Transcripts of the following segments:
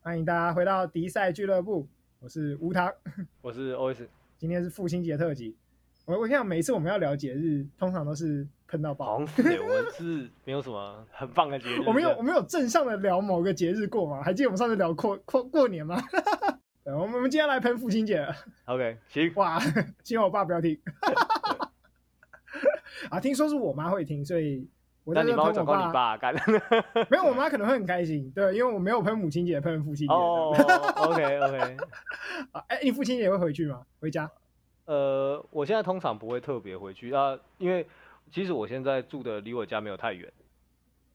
欢迎大家回到迪赛俱乐部，我是吴糖。我是 OS，今天是父亲节特辑，我我想每一次我们要聊节日，通常都是喷到爆好。像是欸我们是没有什么很棒的节日。我们有这样我们有正向的聊某个节日过吗？还记得我们上次聊过过过年吗？ 对，我们我们今天来喷父亲节了， OK，行，哇！ 希望我爸不要听。 啊，听说是我妈会听，所以我在但这喷你帮我我转告你 爸干。没有，我妈可能会很开心，对，因为我没有喷母亲节，喷父亲节。哦哦， ，OK OK，啊哎、你父亲节会回去吗？回家？呃，我现在通常不会特别回去啊，因为其实我现在住的离我家没有太远。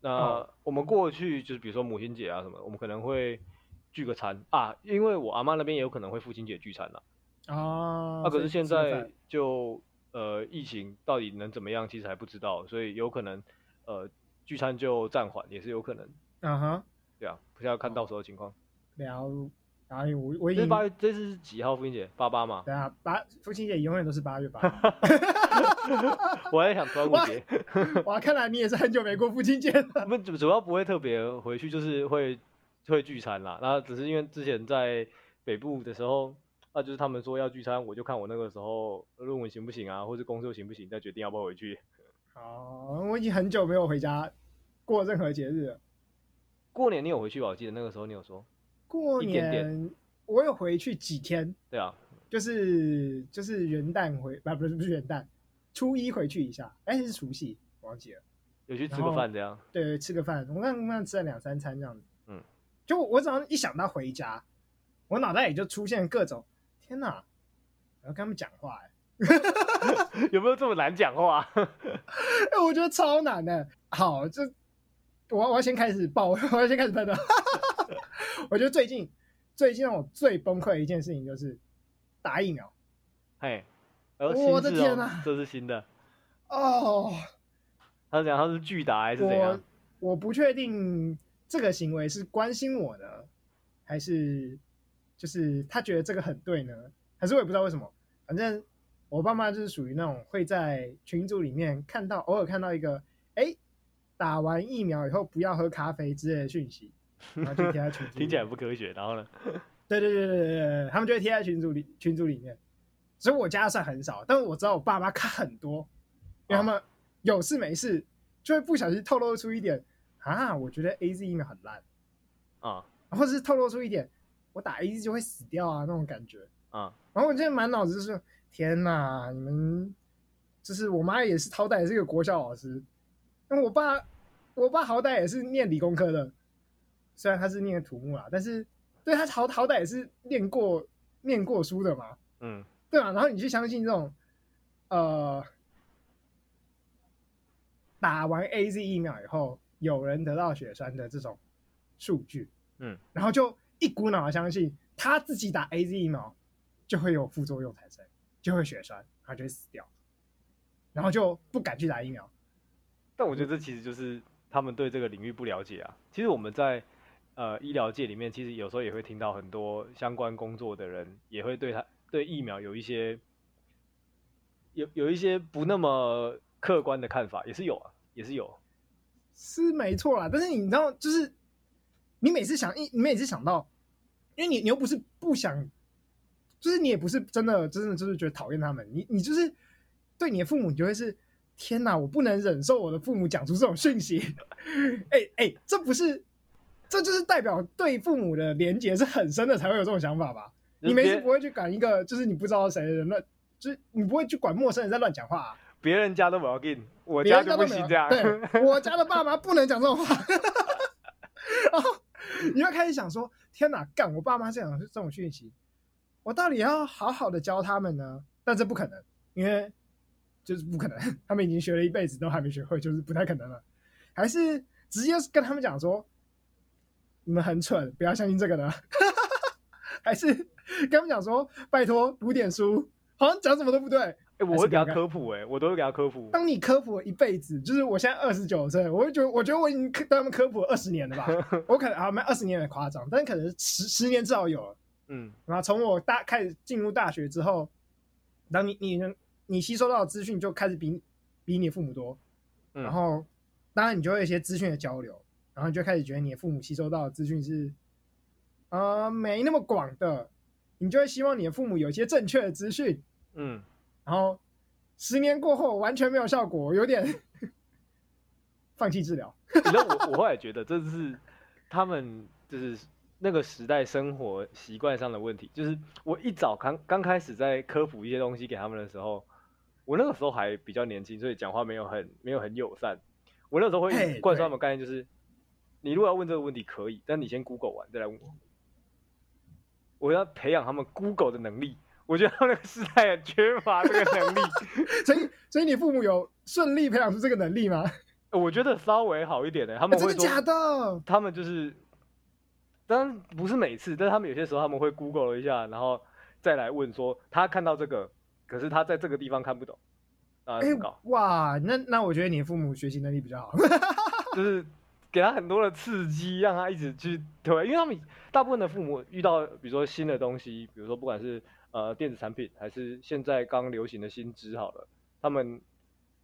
那哦我们过去就是比如说母亲节啊什么，我们可能会聚个餐啊，因为我阿妈那边也有可能会父亲节聚餐啦。啊哦，那、可所以是现吃个在饭就呃疫情到底能怎么样，其实还不知道，所以有可能呃聚餐就暂缓，也是有可能，嗯哼，对啊，不是要看哦到时候情况。聊，然后我我已这是经八月，这是几号父亲节？八八嘛。对啊，八父亲节永远都是八月八号。 我还想端午节，哇，看来你也是很久没过父亲节了。不主主要不会特别回去，就是会会聚餐啦。那只是因为之前在北部的时候，那就是他们说要聚餐，我就看我那个时候论文行不行啊，或是工作行不行，再决定要不要回去。哦，我已经很久没有回家过任何节日了。过年你有回去吧？我记得那个时候你有说，过一年点点我有回去几天，对啊，就是就是元旦回，啊不是不是元旦，初一回去一下，哎、是除夕，忘记了。有去吃然个后饭这样。对，吃个饭，我那那吃了两三餐这样子。嗯，就我只要一想到回家，我脑袋里就出现各种天哪，我要跟他们讲话哎、 有没有这么难讲话？ 哎我觉得超难的。好，这我要我要先开始爆， 我要先开始喷了。我觉得最近最近让我最崩溃的一件事情就是打疫苗嘿，呃我的新式哦天哪这是新的。哦，他是讲他是巨打还是怎我样？我不确定这个行为是关心我呢，还是就是他觉得这个很对呢，还是我也不知道为什么。反正我爸妈就是属于那种会在群组里面看到偶尔看到一个哎、诶打完疫苗以后不要喝咖啡之类的讯息，然后就贴在群组里面。听起来很不科学。然后呢？对对对对对对，他们就会贴在群组里群组里面。所以我家算很少，但是我知道我爸妈看很多，因为他们有事没事就会不小心透露出一点啊，我觉得 A Z 疫苗很烂，啊或者是透露出一点我打 A Z 就会死掉啊那种感觉。啊，然后我现在满脑子就是天哪，你们就是我妈也是好歹也是个国校老师，那我爸我爸好歹也是念理工科的，虽然他是念土木啦，但是对他好好歹也是念过念过书的嘛，嗯，对啊吧？然后你去相信这种呃打完 A Z 疫苗以后有人得到血栓的这种数据，嗯，然后就一股脑的相信他自己打 A Z 疫苗就会有副作用产生，就会血栓，然后就会死掉，然后就不敢去打疫苗。但我觉得这其实就是他们对这个领域不了解啊。其实我们在呃医疗界里面，其实有时候也会听到很多相关工作的人也会对他对疫苗有一些有有一些不那么客观的看法，也是有啊，也是有。是没错啦，但是你知道，就是你每次想一，你每次想到，因为你你又不是不想，就是你也不是真的真的就是觉得讨厌他们，你你就是对你的父母，你就会是天哪，我不能忍受我的父母讲出这种讯息， 哎哎、这不是，这就是代表对父母的连结是很深的，才会有这种想法吧？就你是没事别不会去管一个就是你不知道谁的人乱，就是你不会去管陌生人在乱讲话、啊。别人家都不要进，我别人家就都不没有行这样。对，我家的爸妈不能讲这种话。然后你就开始想说：天哪，干我爸妈这样这种讯息，我到底要好好的教他们呢？但这不可能，因为就是不可能，他们已经学了一辈子都还没学会，就是不太可能了。还是直接跟他们讲说：你们很蠢，不要相信这个的。 还是跟他们讲说：拜托读点书，好像讲什么都不对。 哎、我还是会给不要他干科普、哎，我都会给他科普。当你科普了一辈子，就是我现在二十九岁，我就觉得，我觉得我已经科对他们科普二十年了吧？我可能啊，没二十年很夸张，但是可能十十年至少有了。嗯，然后从我大开始进入大学之后，当你你能你吸收到的资讯就开始比比你父母多，嗯然后当然你就会有一些资讯的交流，然后你就开始觉得你的父母吸收到的资讯是呃没那么广的，你就会希望你的父母有一些正确的资讯。嗯，然后十年过后完全没有效果，我有点放弃治疗。你知道我我后来觉得这是他们就是那个时代生活习惯上的问题。就是我一早刚刚开始在科普一些东西给他们的时候，我那个时候还比较年轻，所以讲话没有很没有很友善。我那时候嘿会灌输他们概念，就是你如果要问这个问题可以，但你先 Google 完再来问我。我要培养他们 Google 的能力。我觉得他们那个时代很缺乏这个能力。所以，所以你父母有顺利培养出这个能力吗？我觉得稍微好一点的、他们哎真会的说假的？他们就是，当然不是每次，但是他们有些时候他们会 Google 一下，然后再来问说他看到这个，可是他在这个地方看不懂，啊、哎、怎么搞？哇，那那我觉得你父母学习能力比较好。 就是给他很多的刺激，让他一直去推，因为他们大部分的父母遇到比如说新的东西，比如说不管是呃电子产品，还是现在刚流行的新知好了，他们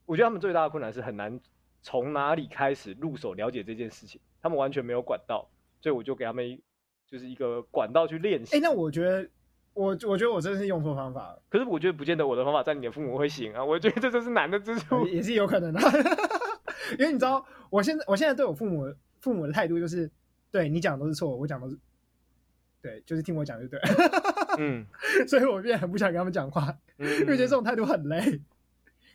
我觉得他们最大的困难是很难从哪里开始入手了解这件事情，他们完全没有管道，所以我就给他们一就是一个管道去练习。哎、那我觉得，我我觉得我真的是用错方法了，可是我觉得不见得我的方法在你的父母会行啊，我觉得这就是难的之处。 也是有可能的。 因为你知道，我现在我现在对我父母父母的态度就是，对你讲的都是错，我讲的都是对，就是听我讲就对了。 嗯，所以我变得很不想跟他们讲话。嗯因为觉得这种态度很累，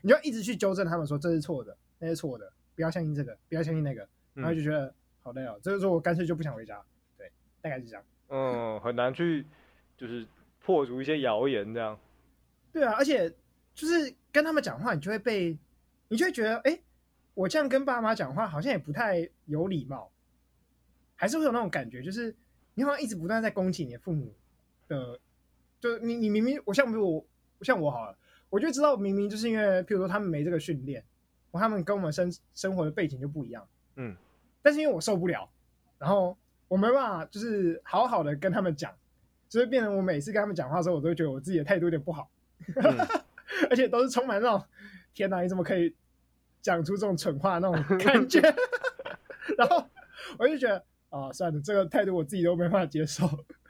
你就要一直去纠正他们说这是错的，那是错的，不要相信这个，不要相信那个，嗯然后就觉得、好累哦。这就是我干脆就不想回家，对，大概是这样。嗯很难去就是破除一些谣言这样。对啊，而且就是跟他们讲话，你就会被，你就会觉得，哎，我这样跟爸妈讲话好像也不太有礼貌，还是会有那种感觉，就是你好像一直不断在攻击你的父母的，就是你你明明我像比如我像我好了，我就知道明明就是因为，譬如说他们没这个训练，或他们跟我们生生活的背景就不一样，嗯，但是因为我受不了，然后我没办法就是好好的跟他们讲，所以变成我每次跟他们讲话的时候，我都会觉得我自己的态度有点不好。 嗯而且都是充满那种“天哪，你怎么可以讲出这种蠢话”那 种感觉。 然后我就觉得啊、算了，这个态度我自己都没办法接受，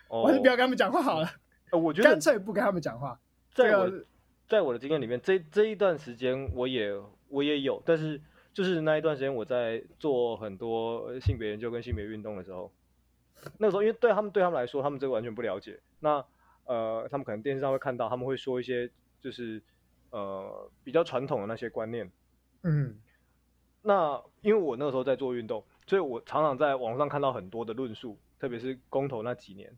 我哦还是不要跟他们讲话好了，呃我觉得干脆不跟他们讲话。这在我个在我的经验里面，这这一段时间我也我也有，但是就是那一段时间我在做很多呃性别研究跟性别运动的时候，那时候因为对他们对他们来说，他们这个完全不了解。那呃，他们可能电视上会看到，他们会说一些就是呃比较传统的那些观念。嗯那因为我那个时候在做运动，所以我常常在网上看到很多的论述，特别是公投那几年，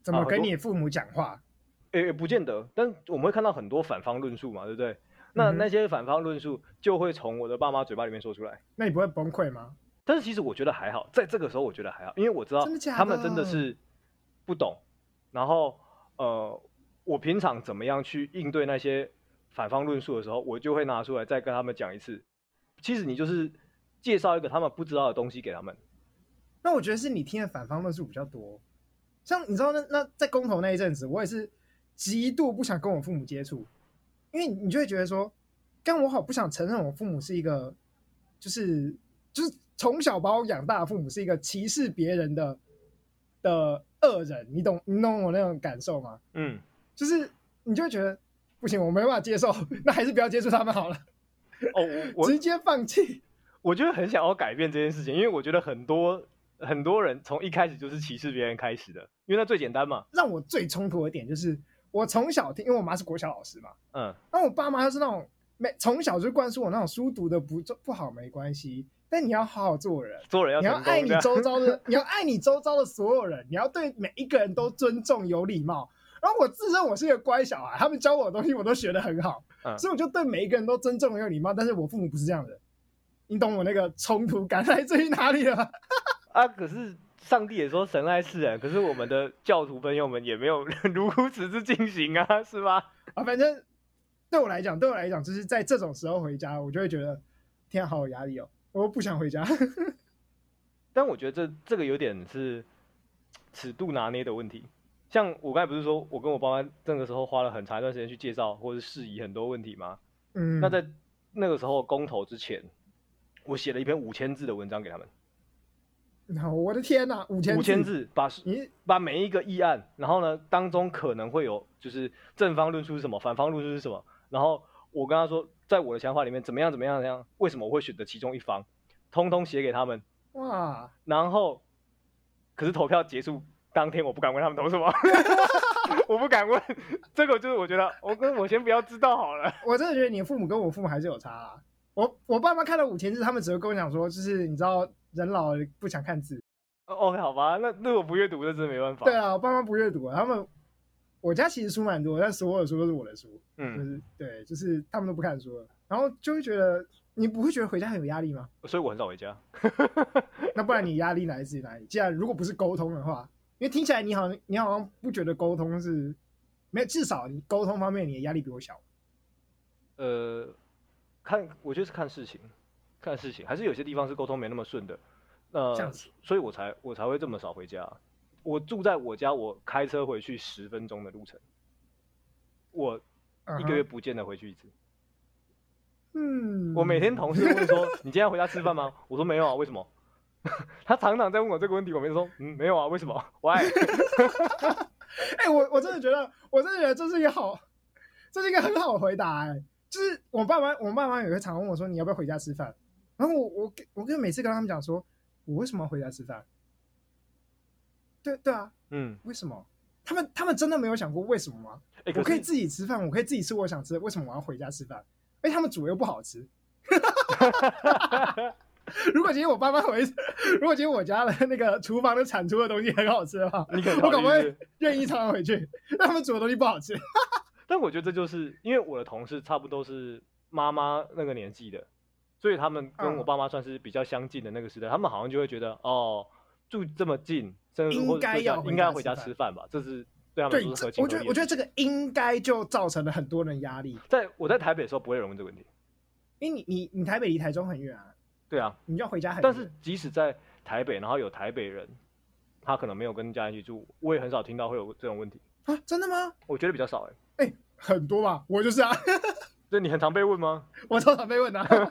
怎么跟你父母讲话？诶、呃不见得，但我们会看到很多反方论述嘛，对不对？那嗯哼那些反方论述就会从我的爸妈嘴巴里面说出来。那你不会崩溃吗？但是其实我觉得还好，在这个时候我觉得还好，因为我知道真的假他们真的的是不懂。然后呃，我平常怎么样去应对那些反方论述的时候，我就会拿出来再跟他们讲一次。其实你就是介绍一个他们不知道的东西给他们。那我觉得是你听的反方论述比较多。像你知道那那在公投那一阵子，我也是极度不想跟我父母接触，因为你你就会觉得说，但我好不想承认我父母是一个，就是就是从小把我养大的父母是一个歧视别人的的恶人，你懂你懂我那种感受吗？嗯，就是你就会觉得不行，我没办法接受， 那还是不要接触他们好了，哦，我我直接放弃。我就很想要改变这件事情，因为我觉得很多很多人从一开始就是歧视别人开始的，因为那最简单嘛。让我最冲突的点就是，我从小听，因为我妈是国小老师嘛。嗯然后我爸妈就是那种没从小就灌输我那种书读的不不好没关系，但你要好好做人，，做人要你要成爱功，啊你这样周遭 的，你要爱你周遭的所有人，你要对每一个人都尊重有礼貌。然后我自认我是一个乖小孩，他们教我的东西我都学得很好，嗯所以我就对每一个人都尊重有礼貌。但是我父母不是这样的，你懂我那个冲突感来自于哪里了吗？啊。可是上帝也说神爱世人，可是我们的教徒朋友们也没有 如此之进行啊，是吧？啊，反正对我来讲，对我来讲，就是在这种时候回家，我就会觉得天啊好有压力哦，我不想回家。 但我觉得这这个有点是尺度拿捏的问题。像我刚才不是说我跟我爸妈那个时候花了很长一段时间去介绍或者释疑很多问题吗？嗯，那在那个时候公投之前，我写了一篇五千字的文章给他们。那我的天哪，五千五千，字把你把每一个议案，然后呢当中可能会有就是正方论述是什么，反方论述是什么，然后我跟他说，在我的想法里面怎么样怎么样怎么样，为什么我会选择其中一方，通通写给他们，哇，然后可是投票结束当天，我不敢问他们投什么， 我不敢问，这个就是我觉得我跟我先不要知道好了， 我真的觉得你父母跟我父母还是有差啦。我我爸妈看了五千字，他们只会跟我讲说，就是你知道人老了不想看字。哦 OK 好吧，那那我不阅读那真的没办法，对啊，我爸妈不阅读啊，他们我家其实书蛮多，但所有书都是我的书，就嗯，是对，就是他们都不看书了，然后就会觉得你不会觉得回家很有压力吗？所以我很少回家，那不然你压力来自于哪里？既然如果不是沟通的话，因为听起来你好像你好像不觉得沟通是没有，至少你沟通方面你的压力比我小。呃，看我觉得是看事情，看事情，还是有些地方是沟通没那么顺的，呃这样子，所以我才我才会这么少回家。我住在我家，我开车回去十分钟的路程，我嗯一个月不见得回去一次。嗯哼，嗯，我每天同事 问说：“你今天要回家吃饭吗？”我说：“没有啊，为什么？” 他常常在问我这个问题，我每次说：“嗯，没有啊，为什么？Why？” 哎、我我真的觉得，我真的觉得这是一个好， 这是一个很好的回答、哎，就是我爸妈，我爸妈也会常问我说你要不要回家吃饭，然后我我跟我跟每次跟他们讲说，我为什么要回家吃饭？对对啊，嗯，为什么？他们他们真的没有想过为什么吗？哎、可我可以是自己吃饭，我可以自己吃我想吃的，为什么我要回家吃饭？哎，他们煮的又不好吃。 如果今天我爸妈回，如果今天我家的那个厨房的产出的东西很好吃的话，你可能我考搞虑不好是愿意常常回去。但他们煮的东西不好吃，但我觉得这就是因为我的同事差不多是妈妈那个年纪的，所以他们跟我嗯爸妈算是比较相近的那个时代，他们好像就会觉得哦，住这么近，甚至应或者该对家要回应家该要回吃家饭吃饭吧，这是对他们对，来说是这合情我合觉得理的我觉得事这个应该就造成了很多人压力，在我在台北的时候不会有人问这个问题，因为你你你台北离台中很远啊，对啊，你就要回家很远。但是即使在台北，然后有台北人，他可能没有跟家人一起住，我也很少听到会有这种问题，啊，真的吗？我觉得比较少哎、哎，很多吧，我就是啊， 就你很常被问吗？ 我超常被问的、啊。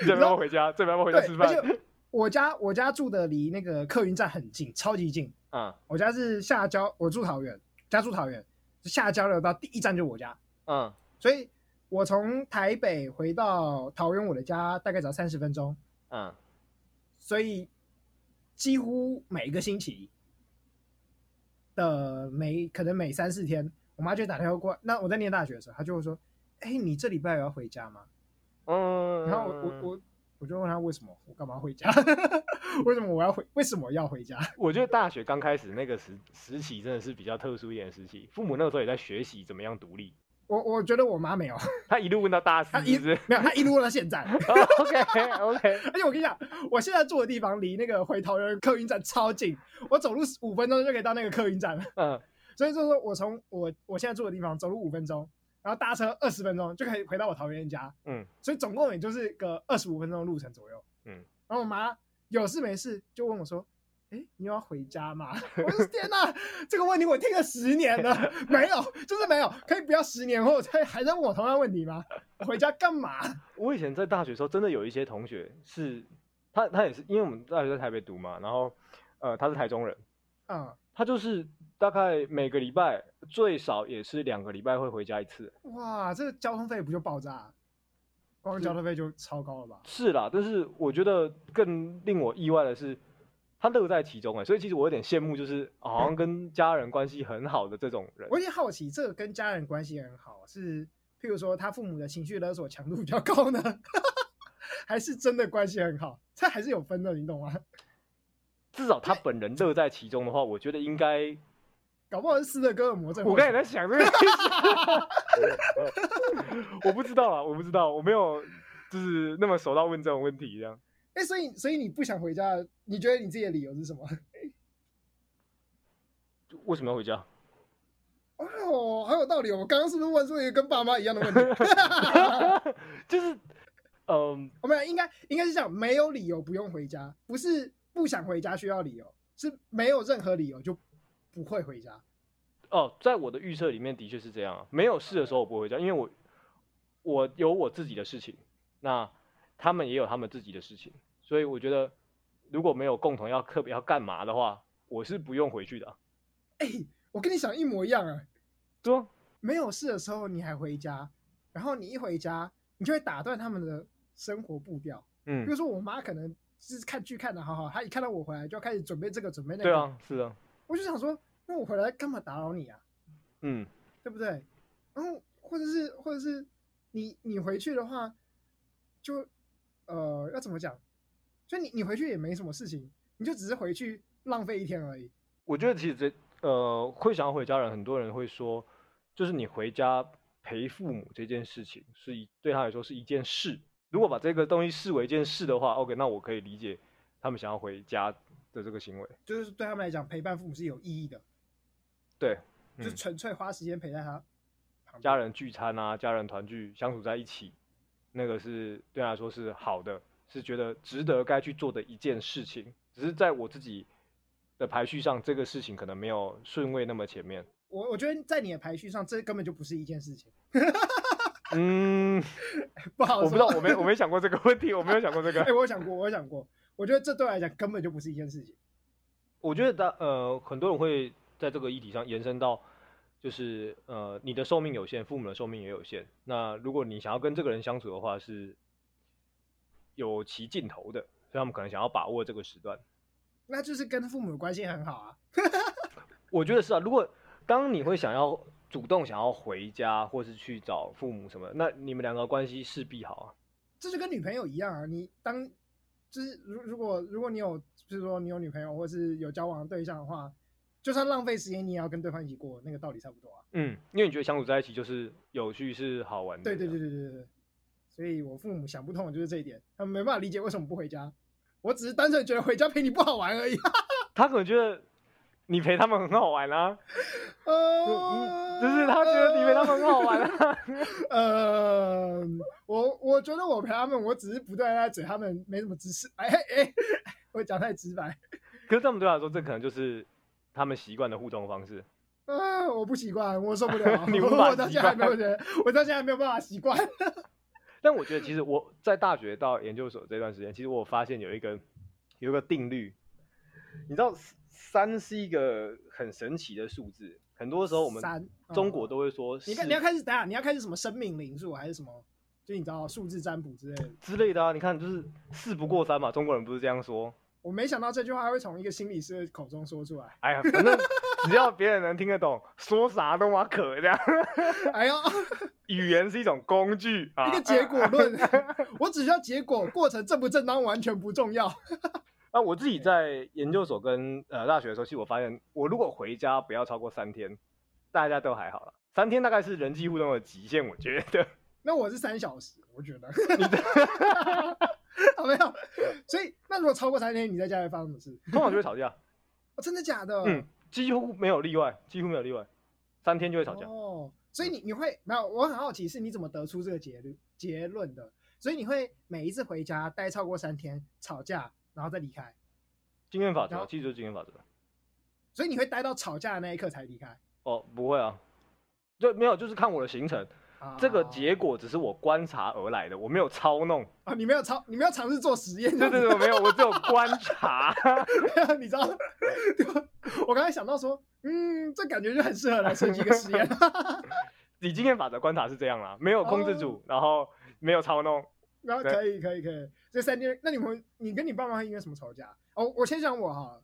你怎么要回家？这边要不要对回家吃，而饭？且我家我家住的离那个客运站很近，超级近。嗯我家是下交，我住桃园，家住桃园，下交流到第一站就我家，嗯，所以我从台北回到桃园我的家大概只要三十分钟，嗯，所以几乎每一个星期的每可能每三四天，我妈就打电话过来。那我在念大学的时候，她就会说：“哎、你这礼拜有要回家吗？”嗯，然后我我我我就问他为什么我干嘛回家？ 为什么我要回？为什么要回家？我觉得大学刚开始那个时时期真的是比较特殊一点的时期，父母那个时候也在学习怎么样独立。我我觉得我妈没有，他一路问到大四她，一是不是 哦没有，她一路到现在。 ？OK OK，而且我跟你讲，我现在住的地方离那个回桃园客运站超近，我走路五分钟就可以到那个客运站了。 嗯，所以就是说我从我我现在住的地方走路五分钟，然后搭车二十分钟就可以回到我桃园家。嗯，所以总共也就是个二十五分钟的路程左右。嗯，然后我妈有事没事就问我说：“哎、你又要回家吗？” 我 说：“天哪，这个问题我听了十年了，没有，就是没有，可以不要十年后才还在问我同样问题吗？我回家干嘛？ 我以前在大学的时候，真的有一些同学是，他他也是因为我们大学在台北读嘛，然后呃他是台中人，嗯，他就是大概每个礼拜最少也是两个礼拜会回家一次。哇，这个交通费不就爆炸？光交通费就超高了吧？是啦，但是我觉得更令我意外的是，他乐在其中哎，所以其实我有点羡慕，就是好像跟家人关系很好的这种人我。有点好奇，这个跟家人关系很好，是譬如说他父母的情绪勒索强度比较高呢， 还是真的关系很好？这还是有分的，你懂吗？至少他本人乐在其中的话，我觉得应该。搞不好是斯德哥尔摩症候群。我刚才也在想这个事情， 我不知道啊，我不知道，我没有就是那么熟到问这种问题这样。哎、所以所以你不想回家，你觉得你自己的理由是什么？为什么要回家？哦，很有道理哦。我刚刚是不是问出一个跟爸妈一样的问题？ 就是，嗯、我们应该应该是这样，没有理由不用回家，不是不想回家需要理由，是没有任何理由就不会回家。哦，在我的预测里面的确是这样啊。没有事的时候我不会回家，因为我我有我自己的事情，那他们也有他们自己的事情，所以我觉得如果没有共同要特别要干嘛的话，我是不用回去的啊、哎、我跟你想一模一样啊！对啊，没有事的时候你还回家，然后你一回家，你就会打断他们的生活步调。比如嗯，说我妈可能是看剧看的好好，她一看到我回来就要开始准备这个准备那个。对，啊，是啊，我就想说，那我回来干嘛打扰你啊？嗯，对不对？然后或者是或者是你你回去的话，就呃要怎么讲？就你你回去也没什么事情，你就只是回去浪费一天而已。我觉得其实呃，会想要回家的人，很多人会说，就是你回家陪父母这件事情，是一对他来说是一件事。如果把这个东西视为一件事的话，OK，那我可以理解他们想要回家的这个行为。就是对他们来讲，陪伴父母是有意义的，对，就嗯是纯粹花时间陪在他旁边家。人聚餐啊，家人团聚，相处在一起，那个是对他来说是好的，是觉得值得该去做的一件事情。只是在我自己的排序上，这个事情可能没有顺位那么前面。我我觉得在你的排序上，这根本就不是一件事情， 嗯，不好我说。不知道，我没我没想过这个问题，我没有想过这 哎、 个。我有想过，我有想过，我觉得这对我来讲根本就不是一件事情。我觉得大呃，很多人会在这个议题上延伸到，就是呃，你的寿命有限，父母的寿命也有限。那如果你想要跟这个人相处的话，是有其尽头的，所以他们可能想要把握这个时段。那就是跟父母的关系很好啊。我觉得是啊，如果当你会想要主动想要回家，或是去找父母什么的，那你们两个关系势必好啊。这就跟女朋友一样啊，你当就是如如果如果你有，比如说你有女朋友或是有交往的对象的话，就算浪费时间，你也要跟对方一起过，那个道理差不多啊。嗯，因为你觉得相处在一起就是有趣是好玩的。对对对。对对对对，所以我父母想不通的就是这一点，他们没办法理解为什么不回家。我只是单纯觉得回家陪你不好玩而已。啊 他可能觉得你陪他们很好玩啊，呃，嗯，就是他觉得你陪他们很好玩啊。 呃，我我觉得我陪他们，我只是不断地在嘴他们没什么知识。哎哎哎，我讲太直白，可是他们对他来说，这可能就是他们习惯的互动方式。，啊，我不习惯，我受不了 你无我法我到习现在还没惯有觉得，我到现在还没有办法习惯。但我觉得，其实我在大学到研究所这段时间，其实我有发现有一个有一个定律，你知道三是一个很神奇的数字，很多时候我们三中国都，都会说是你看你要开始等下，你要开始什么生命灵数还是什么？就你知道数字占卜之类的。之类的啊。你看，就是事不过三嘛，中国人不是这样说？我没想到这句话会从一个心理师的口中说出来。哎呀，反正只要别人能听得懂，说啥都嘛可这样。 哎呦，啊语言是一种工具啊一个。结果论， 我只需要结果，过程正不正当完全不重要。那我自己在研究所跟呃大学的时候，其实我发现，我如果回家不要超过三天，大家都还好了。三天大概是人际互动的极限，我觉得。那我是三小时，我 觉得。好没有，所以那如果超过三天，你在家里发生什么事？通常就会吵架，哦真的假的？嗯，几乎没有例外，几乎没有例外，三天就会吵架。哦，所以你你会没有？我很好奇是你怎么得出这个结论结论的？所以你会每一次回家待超过三天，吵架，然后再离开。经验法然则后，其实就是经验法则。所以你会待到吵架的那一刻才离开。哦，不会啊，就没有，就是看我的行程。啊这个结果只是我观察而来的，我没有操弄。 啊，你没有尝，你没有尝试做实验，对对对，我没有，我只有观察。 对，你知道？ 对吧我刚才想到说，嗯，这感觉就很适合来设计一个实验。以经验法则观察是这样啦，没有控制组，然后没有操弄。然后对哦可以可以可以，这三天，那你们你跟你爸妈会因为什么吵架？哦，我先讲我哈，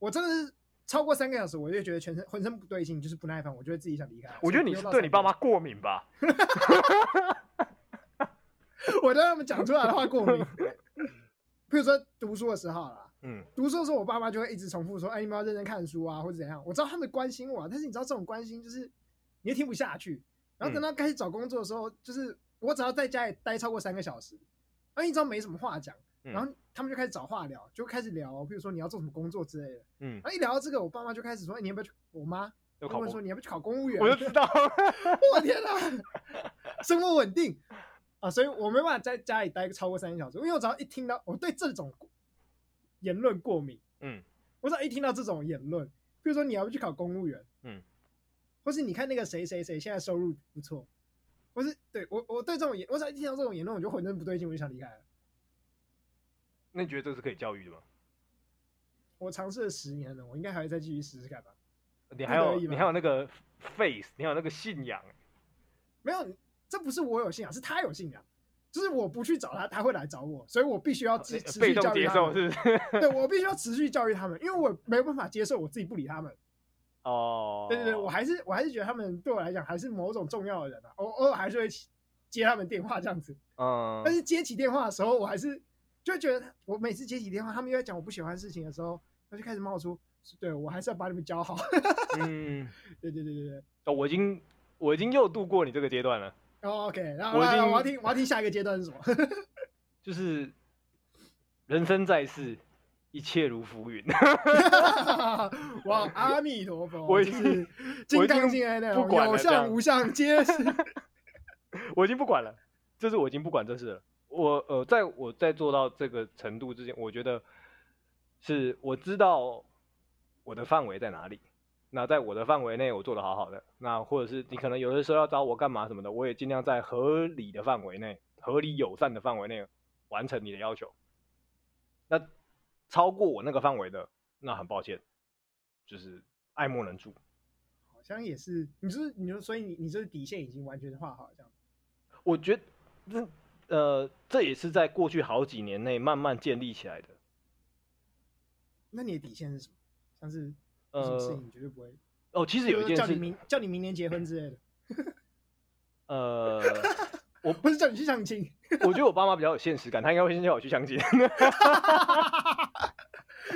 我真的是超过三个小时，我就觉得全身浑身不对劲，就是不耐烦，我就会自己想离开。我觉得你所是以不用到对你三爸天妈，过敏吧？我对他们讲出来的话过 敏。比如说读书的时候啦，嗯，读书的时候，我爸妈就会一直重复说：“哎，你们要认真看书啊，或者怎样。”我知道他们关心我、啊，但是你知道这种关心就是你也听不下去。然嗯后等到开始找工作的时候，就是我只要在家里待超过三个小时，那你知道没什么话讲，嗯然后他们就开始找话聊，就开始聊，比如说你要做什么工作之类的。嗯然，后一聊到这个，我爸妈就开始说：“哎，你要不要去？”我妈有就考问过说：“，你要不要去考公务员？”我就知道。 我天哪、生活稳定啊，所以我没办法在家里待超过三个小时，因为我只要一听到我对这种言论过敏，嗯，我只要一听到这种言论，比如说你要不去考公务员，嗯，或是你看那个谁谁谁现在收入不错，或是对我我对这种言，我只要一听到这种言论，我就浑身不对劲，我就想离开了。那你觉得这是可以教育的吗？我尝试了十年了，我应该还会再继续试试看吧。你还有不得已吧你还有那个 face，你还有那个信仰，没有，这不是我有信仰，是他有信仰。就是我不去找他，他会来找我，所以我必须要持持哦呃被续动教育接他受们。是不是？ 对我必须要持续教育他们，因为我没办法接受我自己不理他们。哦，对对对，我还是我还是觉得他们对我来讲还是某种重要的人啊，偶偶尔还是会接他们电话这样子。嗯，但是接起电话的时候，我还是就会觉得，我每次接起电话，他们又在讲我不喜欢的事情的时候，他就开始冒出，对我还是要把你们教好。 嗯，对对对对对。哦我已经我已经又度过你这个阶段了，哦 OK，然后我已来来经我要听我要听下一个阶段是什么？ 就是人生在世，一切如浮云。 哦哇，阿弥陀佛，我已就经是 金我已经刚经来的，不管了有这样相无相皆是。 我已经不管了，就是我已经不管这事了。我呃，在我在做到这个程度之前，我觉得是我知道我的范围在哪里。那在我的范围内，我做的好好的。那或者是你可能有的时候要找我干嘛什么的，我也尽量在合理的范围内、合理友善的范围内完成你的要求。那超过我那个范围的，那很抱歉，就是爱莫能助。好像也是，你就是你就所以你你这底线已经完全画好了这样。我觉得这呃，这也是在过去好几年内慢慢建立起来的。那你的底线是什么？像是有什么事呃情，你绝对不会，哦，其实有一就是件叫你事，明叫你明年结婚之类的，呃，不是叫你去相亲。 我觉得我爸妈比较有现实感，他应该会先叫我去相亲。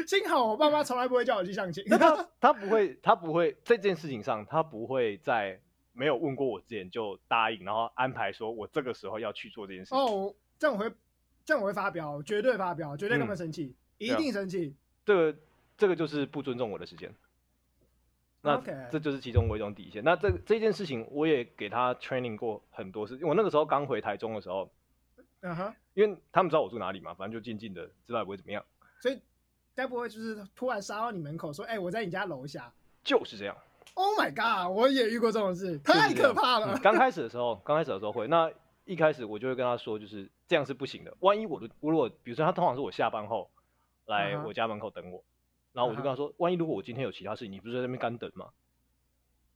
幸好我爸妈从来不会叫我去相亲。 那他他不会，他不会在这件事情上，他不会在没有问过我之前就答应，然后安排说我这个时候要去做这件事情。哦，我这样我会，这样我会发飙，绝对发飙，嗯绝对啊跟他们生气，一定生气。这个这个就是不尊重我的时间。那 OK 这就是其中我一种底线。那这这件事情我也给他 training 过很多次，因为我那个时候刚回台中的时候，嗯哼，因为他们知道我住哪里嘛，反正就静静的，知道也不会怎么样，所以该不会就是突然杀到你门口说：“哎、我在你家楼下。就是这样。 ”Oh my god！我也遇过这种事，太可怕了嗯。刚开始的时候，刚开始的时候会，那一开始我就会跟他说，就是这样是不行的。万一我的，我如果比如说他通常是我下班后来嗯哼嗯我家门口等我，然后我就跟他说，万一如果我今天有其他事情，你不是在那边干等吗？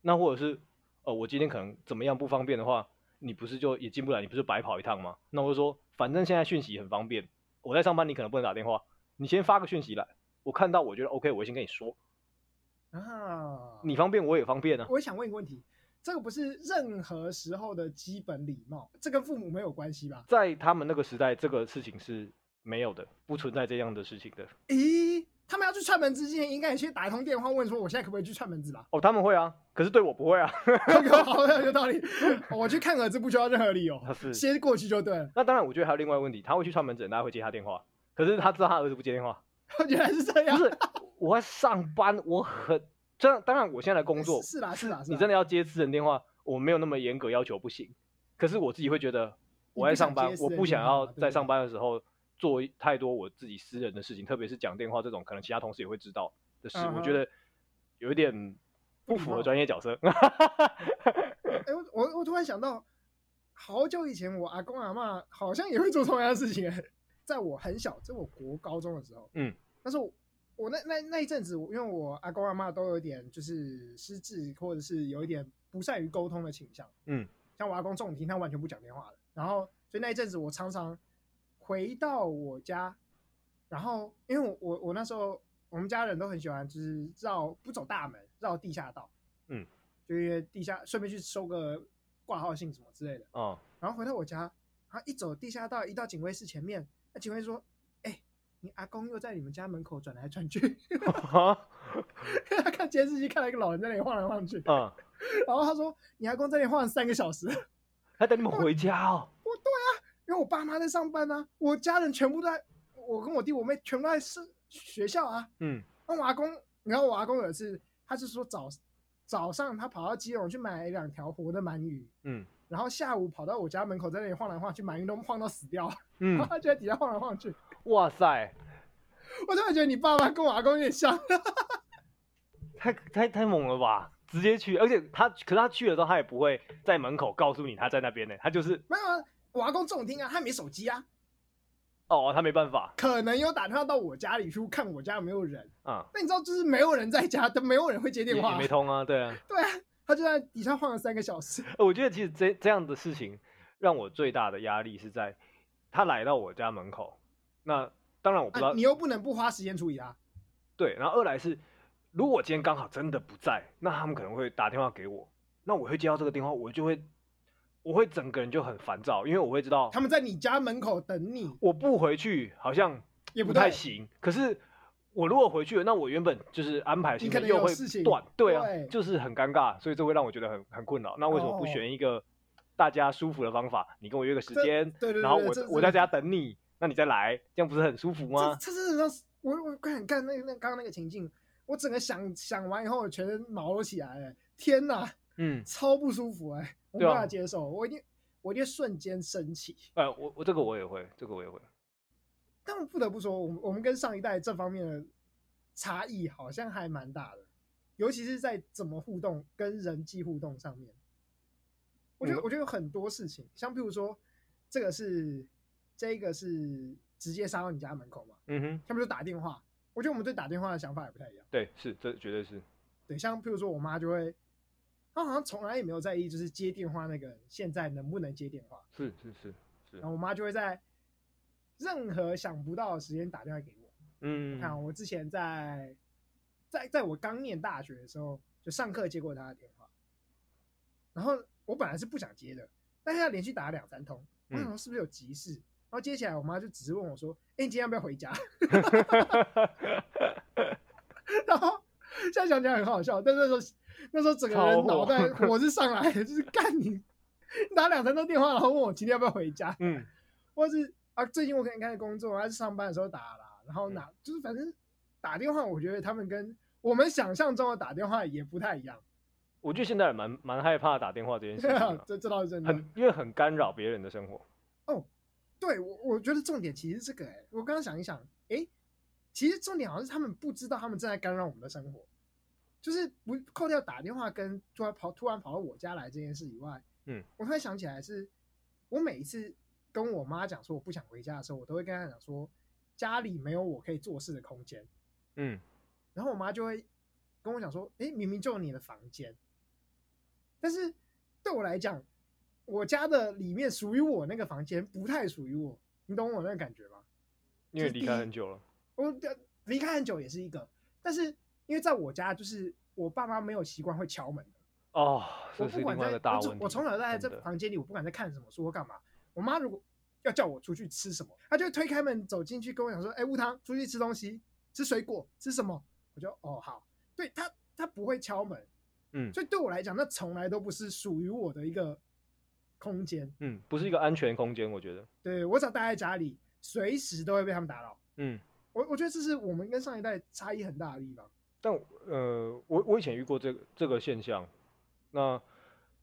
那或者是呃，我今天可能怎么样不方便的话，你不是就也进不来，你不是白跑一趟吗？那我就说，反正现在讯息很方便，我在上班，你可能不能打电话，你先发个讯息来，我看到我觉得 OK，我会先跟你说，啊，你方便我也方便啊。我想问一个问题，这个不是任何时候的基本礼貌，这跟父母没有关系吧？在他们那个时代，这个事情是没有的，不存在这样的事情的。咦，他们要去串门之前，应该也先打一通电话问说：“我现在可不可以去串门子吧？” 哦，他们会啊，可是对我不会啊。 有好像有道理。我去看儿子不需要任何理由啊，是先过去就对了。 那当然，我觉得还有另外一个问题，他会去串门诊，大家会接他电话，可是他知道他儿子不接电话，原来是这不样，是我在上班，我很这样。当然，我现在的工 作是是啦是啦，是啊你啦真的要接私人电话，我没有那么严格要求，不行。可是我自己会觉得，我在上班你不想接，私我人不想电话要嘛对不在对上班的时候做太多我自己私人的事情，特别是讲电话这种，可能其他同事也会知道的事，嗯哼嗯我觉得有一点不符不礼貌合专业角色。 哎、我我我突然想到，好久以前我阿公阿嬷好像也会做同样的事情、哎在我很小，在我国高中的时候，嗯，但是我我那那那一阵子，我因为我阿公阿嬷都有点就是失智，或者是有一点不善于沟通的倾向，嗯，像我阿公这种听他完全不讲电话的，然后所以那一阵子我常常回到我家，然后因为我我我那时候我们家人都很喜欢就是绕不走大门，绕地下道。就因为地下顺便去收个挂号信什么之类的。嗯，然后回到我家，然后一走地下道，一到警卫室前面，那警卫说：“哎、你阿公又在你们家门口转来转去， 他看监视器看到一个老人在那里晃来晃去。嗯，然后他说：“你阿公在那里晃了三个小时，还等你们回家哦。因为我爸妈在上班啊，我家人全部都在，我跟我弟我妹全部都在是学校啊。嗯那我阿公，然后我阿公有一次，他是说早早上他跑到基隆去买两条活的鳗鱼，嗯然后下午跑到我家门口在那里晃来晃去，满云都晃到死掉， 然后嗯，他就在底下晃来晃去。哇塞，我真的觉得你爸妈跟我阿公有点像， 太太太猛了吧！直接去，而且他可是他去了之后，他也不会在门口告诉你他在那边呢，他就是没有啊，我阿公这种听啊，他没手机啊，哦，他没办法，可能有打电话到我家里去看我家有没有人。嗯，那你知道，就是没有人在家，都没有人会接也电也话没。通啊，对啊。对啊，他就在底下晃了三个小时。呃我觉得其实这这样的事情让我最大的压力是在他来到我家门口，那当然我不知道、啊，你又不能不花时间处理啊他。对，然后二来是，如果今天刚好真的不在，那他们可能会打电话给我，那我会接到这个电话，我就会，我会整个人就很烦躁，因为我会知道他们在你家门口等你，我不回去好像也不对太行，可是我如果回去了，那我原本就是安排的行可程能又有会事情断，对啊，对就是很尴尬，所以这会让我觉得很很困扰。那为什么不哦选一个大家舒服的方法？你跟我约个时这间，对对对然后对我这我这在家等你，那你再来，这样不是很舒服这吗？这真的让我我看看那个那刚刚那个情境，我整个想想完以后，我全身毛都起来了。天哪，嗯，超不舒服哎、我没对啊办法接受，我一定我一定瞬间生气。呃，我我这个我也会，这个我也会。但我不得不说，我们我们跟上一代这方面的差异好像还蛮大的，尤其是在怎么互动跟人际互动上面。我觉得嗯我觉得有很多事情，像譬如说，这个是这个是直接杀到你家门口嘛，嗯哼，像比如说打电话，我觉得我们对打电话的想法也不太一样。对，是这绝对是。对，像譬如说我妈就会，她好像从来也没有在意，就是接电话那个人现在能不能接电话。是是是是然，后我妈就会在任何想不到的时间打电话给我。嗯，看我之前在在在我刚念大学的时候，就上课接过她的电话，然后我本来是不想接的，但是她连续打了两三通，我想嗯说是不是有急事？然后接起来，我妈就只是问我说：“哎、你今天要不要回家？” 然后现在想起来很好笑，但那时候那时候整个超人火脑袋火是上来的，就是干你，你打两三通电话，然后问我今天要不要回家，嗯，或是啊最近我可能开始工作，还是上班的时候打啦，然后嗯哪、就是反正打电话，我觉得他们跟我们想象中的打电话也不太一样，，我觉得现在也蛮蛮害怕打电话这件事情的 这这倒是真的。很因为很干扰别人的生活。对我我觉得重点其实是这个、欸，我刚刚想一想，哎、其实重点好像是他们不知道他们正在干扰我们的生活，就是不扣掉打电话跟突然跑突然跑到我家来这件事以外，嗯，我突然想起来是，我每一次跟我妈讲说我不想回家的时候，我都会跟她讲说家里没有我可以做事的空间，嗯，然后我妈就会跟我讲说：“诶，明明就有你的房间，但是对我来讲，我家的里面属于我那个房间不太属于我，你懂我那个感觉吗？因为就是离开第一很久了。我的离开很久也是一个，但是因为在我家，就是我爸妈没有习惯会敲门的，哦，我这是不另管外一在个大我问从题。我从小在这真的房间里，我不管在看什么书或干嘛，我妈如果要叫我出去吃什么，她就会推开门走进去跟我讲说：“哎，吴糖，出去吃东西，吃水果，吃什么？”我就哦好，对她她不会敲门，嗯所以对我来讲，那从来都不是属于我的一个空间。嗯，不是一个安全空间，我觉得。对我只要待在家里，随时都会被他们打扰。嗯，我我觉得这是我们跟上一代差异很大的地方。但我呃，我我以前遇过这个这个现象，那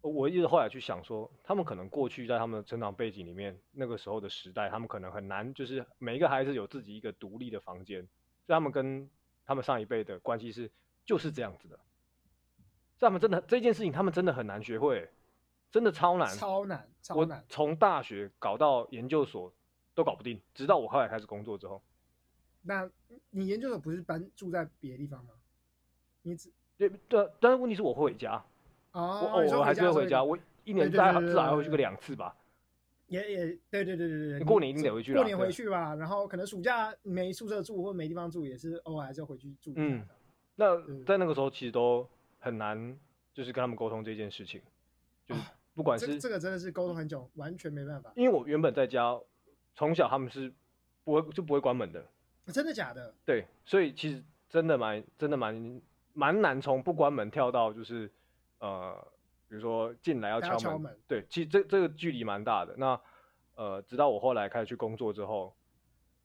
我一直后来去想说，他们可能过去在他们的成长背景里面，那个时候的时代，他们可能很难，就是每一个孩子有自己一个独立的房间，所以他们跟他们上一辈的关系是就是这样子的，所以他们真的这件事情，他们真的很难学会，真的超难，超难，超我难。从大学搞到研究所都搞不定，直到我后来开始工作之后，那嗯你研究所不是搬住在别的地方吗？你只对对，但是问题是我会回家。哦，我你偶说尔还是会所回以家，我一年对大概对对至少还会去对个两次吧。也也对对对对对你对，过年一定得回去啦过年对回去吧，然后可能暑假没宿舍住或没地方住，也是偶尔还是要回去住一下嗯的。那嗯在那个时候其实都很难，就是跟他们沟通这件事情，就是啊不管这是个这个真的是沟通很久，完全没办法。因为我原本在家，从小他们是不会就不会关门的，真的假的？对，所以其实真的蛮真的蛮蛮难从不关门跳到就是呃，比如说进来要还敲要门，敲门对，其实这这个距离蛮大的。那呃，直到我后来开始去工作之后，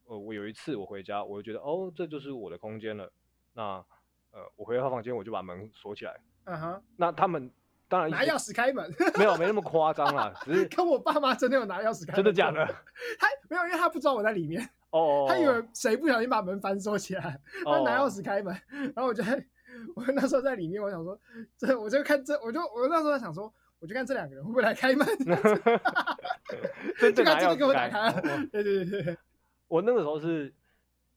呃，我有一次我回家，我就觉得哦，这就是我的空间了。那呃，我回到房间我就把门锁起来。嗯哼，那他们当然一拿直钥匙开门，没有没那么夸张啦，只 是跟我爸妈真的有拿钥匙开门，真的假的？？他没有，因为他不知道我在里面，哦，他以为谁不小心把门反锁起来，他拿钥匙开门，然后我就在，我那时候在里面，我想说，这我就看这，我就我那时候在想说，我就看这两个人会不会来开门， 真的就拿看真钥的给匙我打开哦哦了，对对对对，我我那个时候是，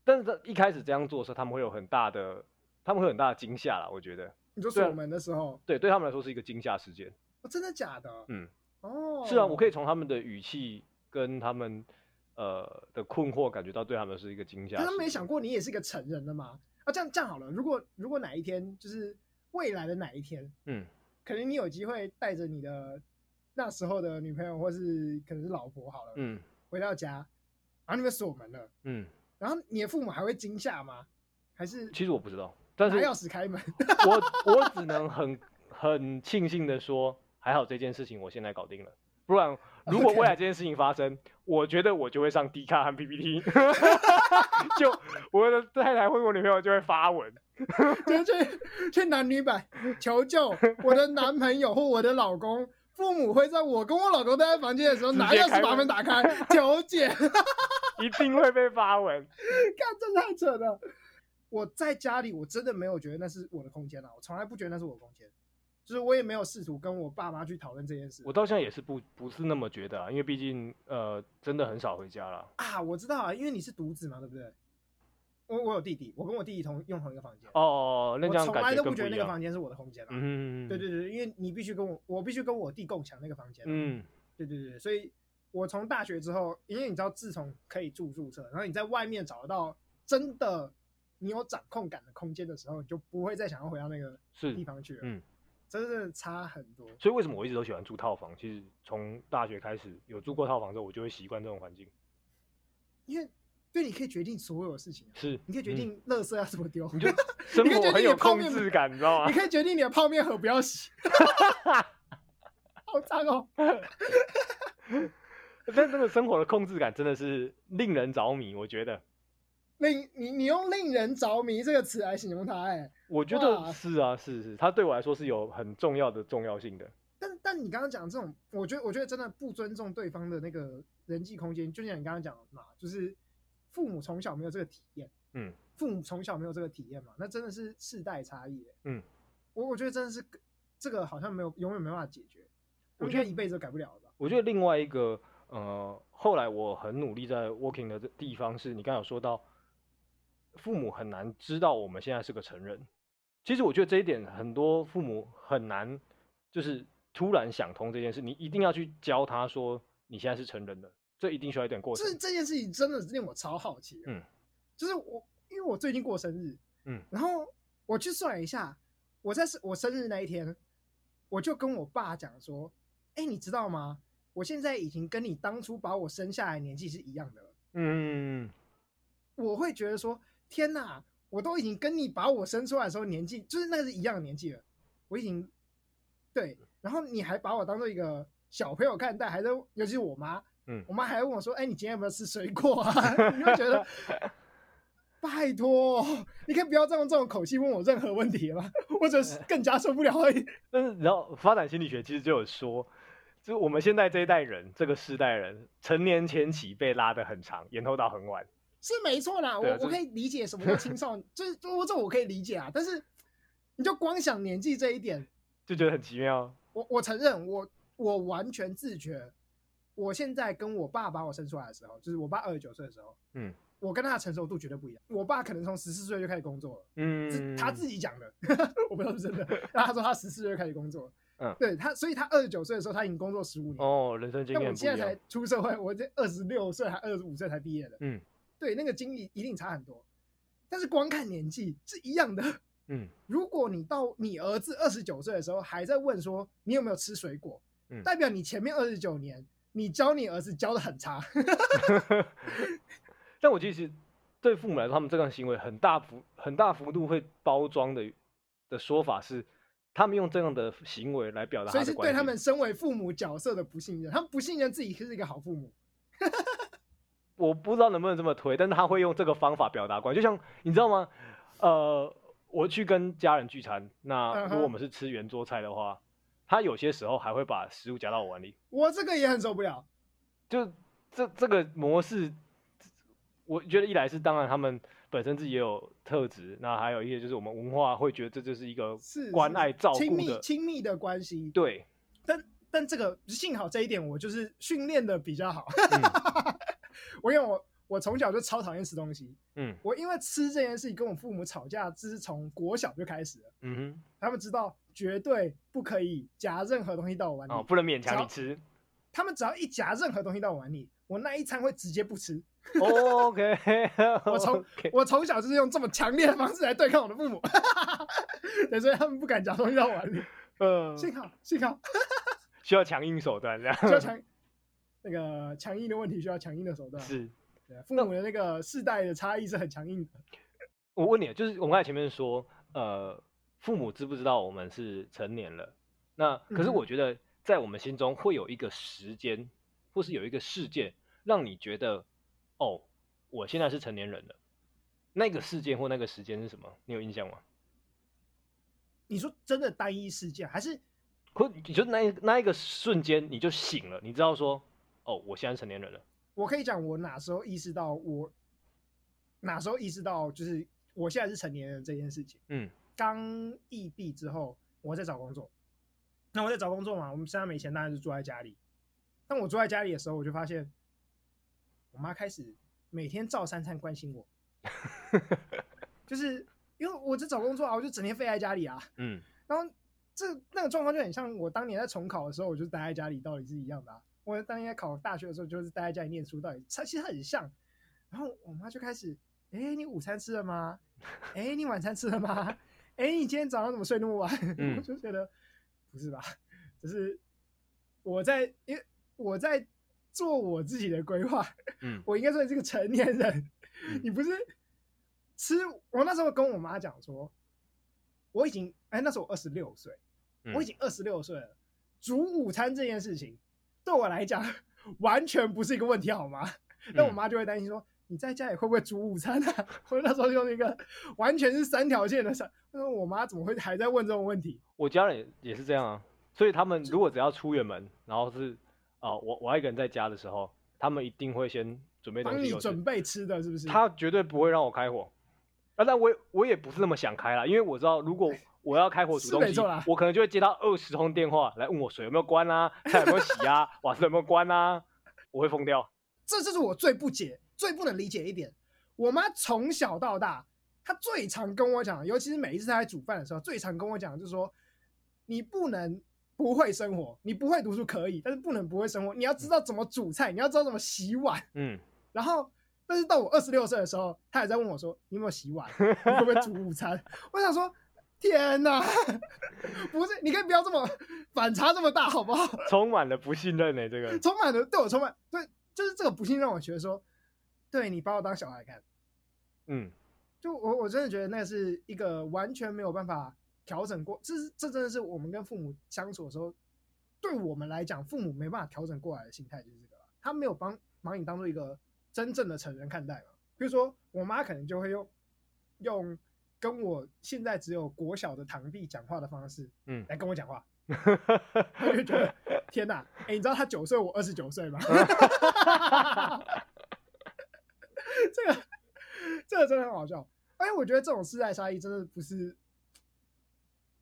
但是一开始这样做的时候，他们会有很大的，他们会有很大的惊吓啦。我觉得，你就对啊锁门的时候，对，对他们来说是一个惊吓事件。哦、真的假的？嗯，哦，是啊，我可以以从他们的语气跟他们呃的困惑感觉到，对他们是一个惊吓可是事件。他们没想过你也是个成人的嘛？啊，这样这样好了，如果如果哪一天就是未来的哪一天，嗯，可能你有机会带着你的那时候的女朋友或是可能是老婆好了，嗯回到家，然后你们锁门了，嗯，然后你的父母还会惊吓吗？还是其实我不知道，但拿是钥匙开 门？我我只能很很庆幸的说，还好这件事情我现在搞定了，不然如果啊 OK 未来这件事情发生我觉得我就会上 D 卡和 PPT，就我的太太或我女朋友就会发文，就去去男女版求救， 我的男朋友或我的老公，父母会在我跟我老公待在房间的时候直接拿钥开匙把门门打开，求解。一定会被发文。看，这太扯了。我在家里，我真的没有觉得那是我的空间啦，我从来不觉得那是我的空间，就是我也没有试图跟我爸妈去讨论这件事我。到现在也是不不是那么觉得啊，因为毕竟呃真的很少回家了。啊，我知道啊，因为你是独子嘛，对不对？我我有弟弟，我跟我弟弟同用同一个房间，哦，那这我样从感来觉都更不觉不得一那个样。房间是我的空间啦。嗯，对对对，因为你必须跟我，我必须跟我弟共享那个房间。，嗯，对对对，所以我从大学之后，因为你知道，自从可以住宿舍，然后你在外面找得到真的你有掌控感的空间的时候，你就不会再想要回到那个是地方去了。嗯，真的差很多。所以为什么我一直都喜欢住套房？其实从大学开始有住过套房之后，我就会习惯这种环境。因为对你可以决定所有的事情、啊，是，你可以决嗯定垃圾要怎么丢，你就啊生你可以决活定很你有的泡控面制感，你知道 吗你？可以决定你的泡面盒不要 洗，好脏哦。但这个生活的控制感真的是令人着迷，我觉得，令你你用“令人着迷”这个词来形容它、哎，我觉得哇是啊，是是，它对我来说是有很重要的重要性的。但但你刚刚讲这种，我觉得我觉得真的不尊重对方的那个人际空间，就像你刚刚讲的嘛，就是父母从小没有这个体验，嗯，父母从小没有这个体验嘛，那真的是世代差异耶，欸嗯，我我觉得真的是这个好像没有永远没办法解决，我我觉觉得得一辈子都改不了了吧，我觉得另外一个，呃，后来我很努力在 working 的地方是，你刚才有说到，父母很难知道我们现在是个成人。其实我觉得这一点，很多父母很难，就是突然想通这件事。你一定要去教他说，你现在是成人了，这一定需要一点过程这。这件事情真的令我超好奇的，嗯，就是我因为我最近过生日，嗯然后我去算了一下，我在是我生日那一天，我就跟我爸讲说，哎、你知道吗？我现在已经跟你当初把我生下来的年纪是一样的了，嗯，我会觉得说，天哪，我都已经跟你把我生出来的时候年纪，就是那个是一样的年纪了，我已经对，嗯然后你还把我当做一个小朋友看待，还在，尤其是我妈，嗯我妈还问我说，哎、你今天有没有吃水果啊？ 你会觉得。拜托，你可以不要再用这种口气问我任何问题了吗？我只是更加受不了而已。 但是然后发展心理学其实就有说，就我们现在这一代人，这个世代人，成年前期被拉得很长，延后到很晚。是没错啦，我对啊这我可以理解什么叫青少年， 这这这我可以理解啊。但是你就光想年纪这一点，就觉得很奇妙。我我承认，我我完全自觉，我现在跟我爸把我生出来的时候，就是我爸二十九岁的时候，嗯，我跟他的成熟度绝对不一样。我爸可能从十四岁就开始工作了，嗯，是他自己讲的， 我不知道是真 的。然后他说他十四岁就开始工作，嗯对他，所以他二十九岁的时候他已经工作十五年，哦，人生经但验我不现一在样才。出社会，我这二十六岁还二十五岁才毕业的，嗯对，那个经历一定差很多。但是光看年纪是一样的。嗯如果你到你儿子二十九岁的时候还在问说你有没有吃水果，嗯代表你前面二十九年你教你儿子教的很差。但我其实对父母来说，他们这样的行为很大幅很大幅度会包装的的说法是，他们用这样的行为来表 达所他以的是对关他心们。身为父母角色的不信任，他们不信任自己是一个好父母。我不知道能不能这么推，但是他会用这个方法表达关心，就像你知道吗？呃，我去跟家人聚餐，那如嗯果哼我们是吃圆桌菜的话，他有些时候还会把食物夹到我碗里，我这个也很受不了，就这这个模式，我觉得一来是当然他们本身自己也有特质，那还有一些就是我们文化会觉得这就是一个是关是爱照亲顾密的，亲密的关系。对，但 但这个幸好这一点我就是训练的比较好。我因为我我从小就超讨厌吃东西，嗯我因为吃这件事情跟我父母吵架，这是从国小就开始了。嗯他们知道绝对不可以夹任何东西到我碗哼，里，哦，不能勉只强要 你吃。他们只要一夹任何东西到我碗里，我那一餐会直接不吃。哦 OK，我 从 OK 我从小就是用这么强烈的方式来对抗我的父母， 对，所以他们不敢夹东西到我碗里。呃，幸好，幸好需要强硬手段这样。需要强那个强硬的问题，需要强硬的手段。是，对，啊父母的那个世代的差异是很强硬的。我问你，啊就是我们刚才前面说，呃，父母知不知道我们是成年了？那可是嗯我觉得，在我们心中会有一个时间，或是有一个事件，让你觉得，哦，我现在是成年人了。那个事件或那个时间是什么？你有印象吗？你说真的单一事件，还是或你就那一那一个瞬间你就醒了，你知道说，哦，我现在是成年人了。我可以讲我哪时候意识到我哪时候意识到就是我现在是成年人这件事情。嗯，刚异地之后，我在找工作。那我在找工作嘛，我们身上没钱，当然是住在家里。当我住在家里的时候，我就发现我妈开始每天照三餐关心我，就是因为我在找工作啊，我就整天废在家里啊。嗯，然后这那个状况就很像我当年在重考的时候，我就待在家里，道理是一样的、啊。我当年在考大学的时候，就是待在家里念书，道理它其实很像。然后我妈就开始，哎、你午餐吃了吗？哎、你晚餐吃了吗？哎、你今天早上怎么睡那么晚？ 嗯我就觉得不是吧， 就是我在，因为我在做我自己的规划，嗯我应该说你是个成年人，嗯你不是吃。我那时候跟我妈讲说，我已经哎，那时候我二十六岁，嗯我已经二十六岁了，煮午餐这件事情对我来讲完全不是一个问题，好吗？嗯但我妈就会担心说。你在家里会不会煮午餐啊？ 我那时候用一个完全是三条线的三，那我妈怎么会还在问这种问题？我家人也也是这样啊，所以他们如果只要出远门，然后是啊、呃我我要一个人在家的时候，他们一定会先准备东帮西你给我吃准备吃的是不是？他绝对不会让我开火。啊，但我也我也不是那么想开啦，因为我知道 如果我要开火煮是东没西错啦，我可能就会接到二十通电话来问我水有没有关啊，菜有没有洗啊， 瓦斯有没有关啊，我会疯掉。这就是我最不解、最不能理解一点。我妈从小到大，她最常跟我讲，尤其是每一次她在煮饭的时候，最常跟我讲就是说，你不能不会生活，你不会读书可以，但是不能不会生活。你要知道怎么煮菜，你要知道怎么洗碗。嗯，然后，但是到我二十六岁的时候，她还在问我说，你有没有洗碗？你会不会煮午餐？ 我想说，天哪， 不是，你可以不要这么反差这么大，好不好？充满了不信任呢、欸这个 充满了对我充满对，就是这个不幸让我觉得说，对你把我当小孩看，嗯就我我真的觉得那是一个完全没有办法调整过，这是这真的是我们跟父母相处的时候，对我们来讲，父母没办法调整过来的心态就是这个了，他没有帮把你当做一个真正的成人看待嘛。比如说我妈可能就会用用跟我现在只有国小的堂弟讲话的方式 嗯， 来跟我讲话，我就觉得天哪！哎、你知道他九岁，我二十九岁吗？ 这个这个真的很好笑。哎，我觉得这种世代差异真的不是，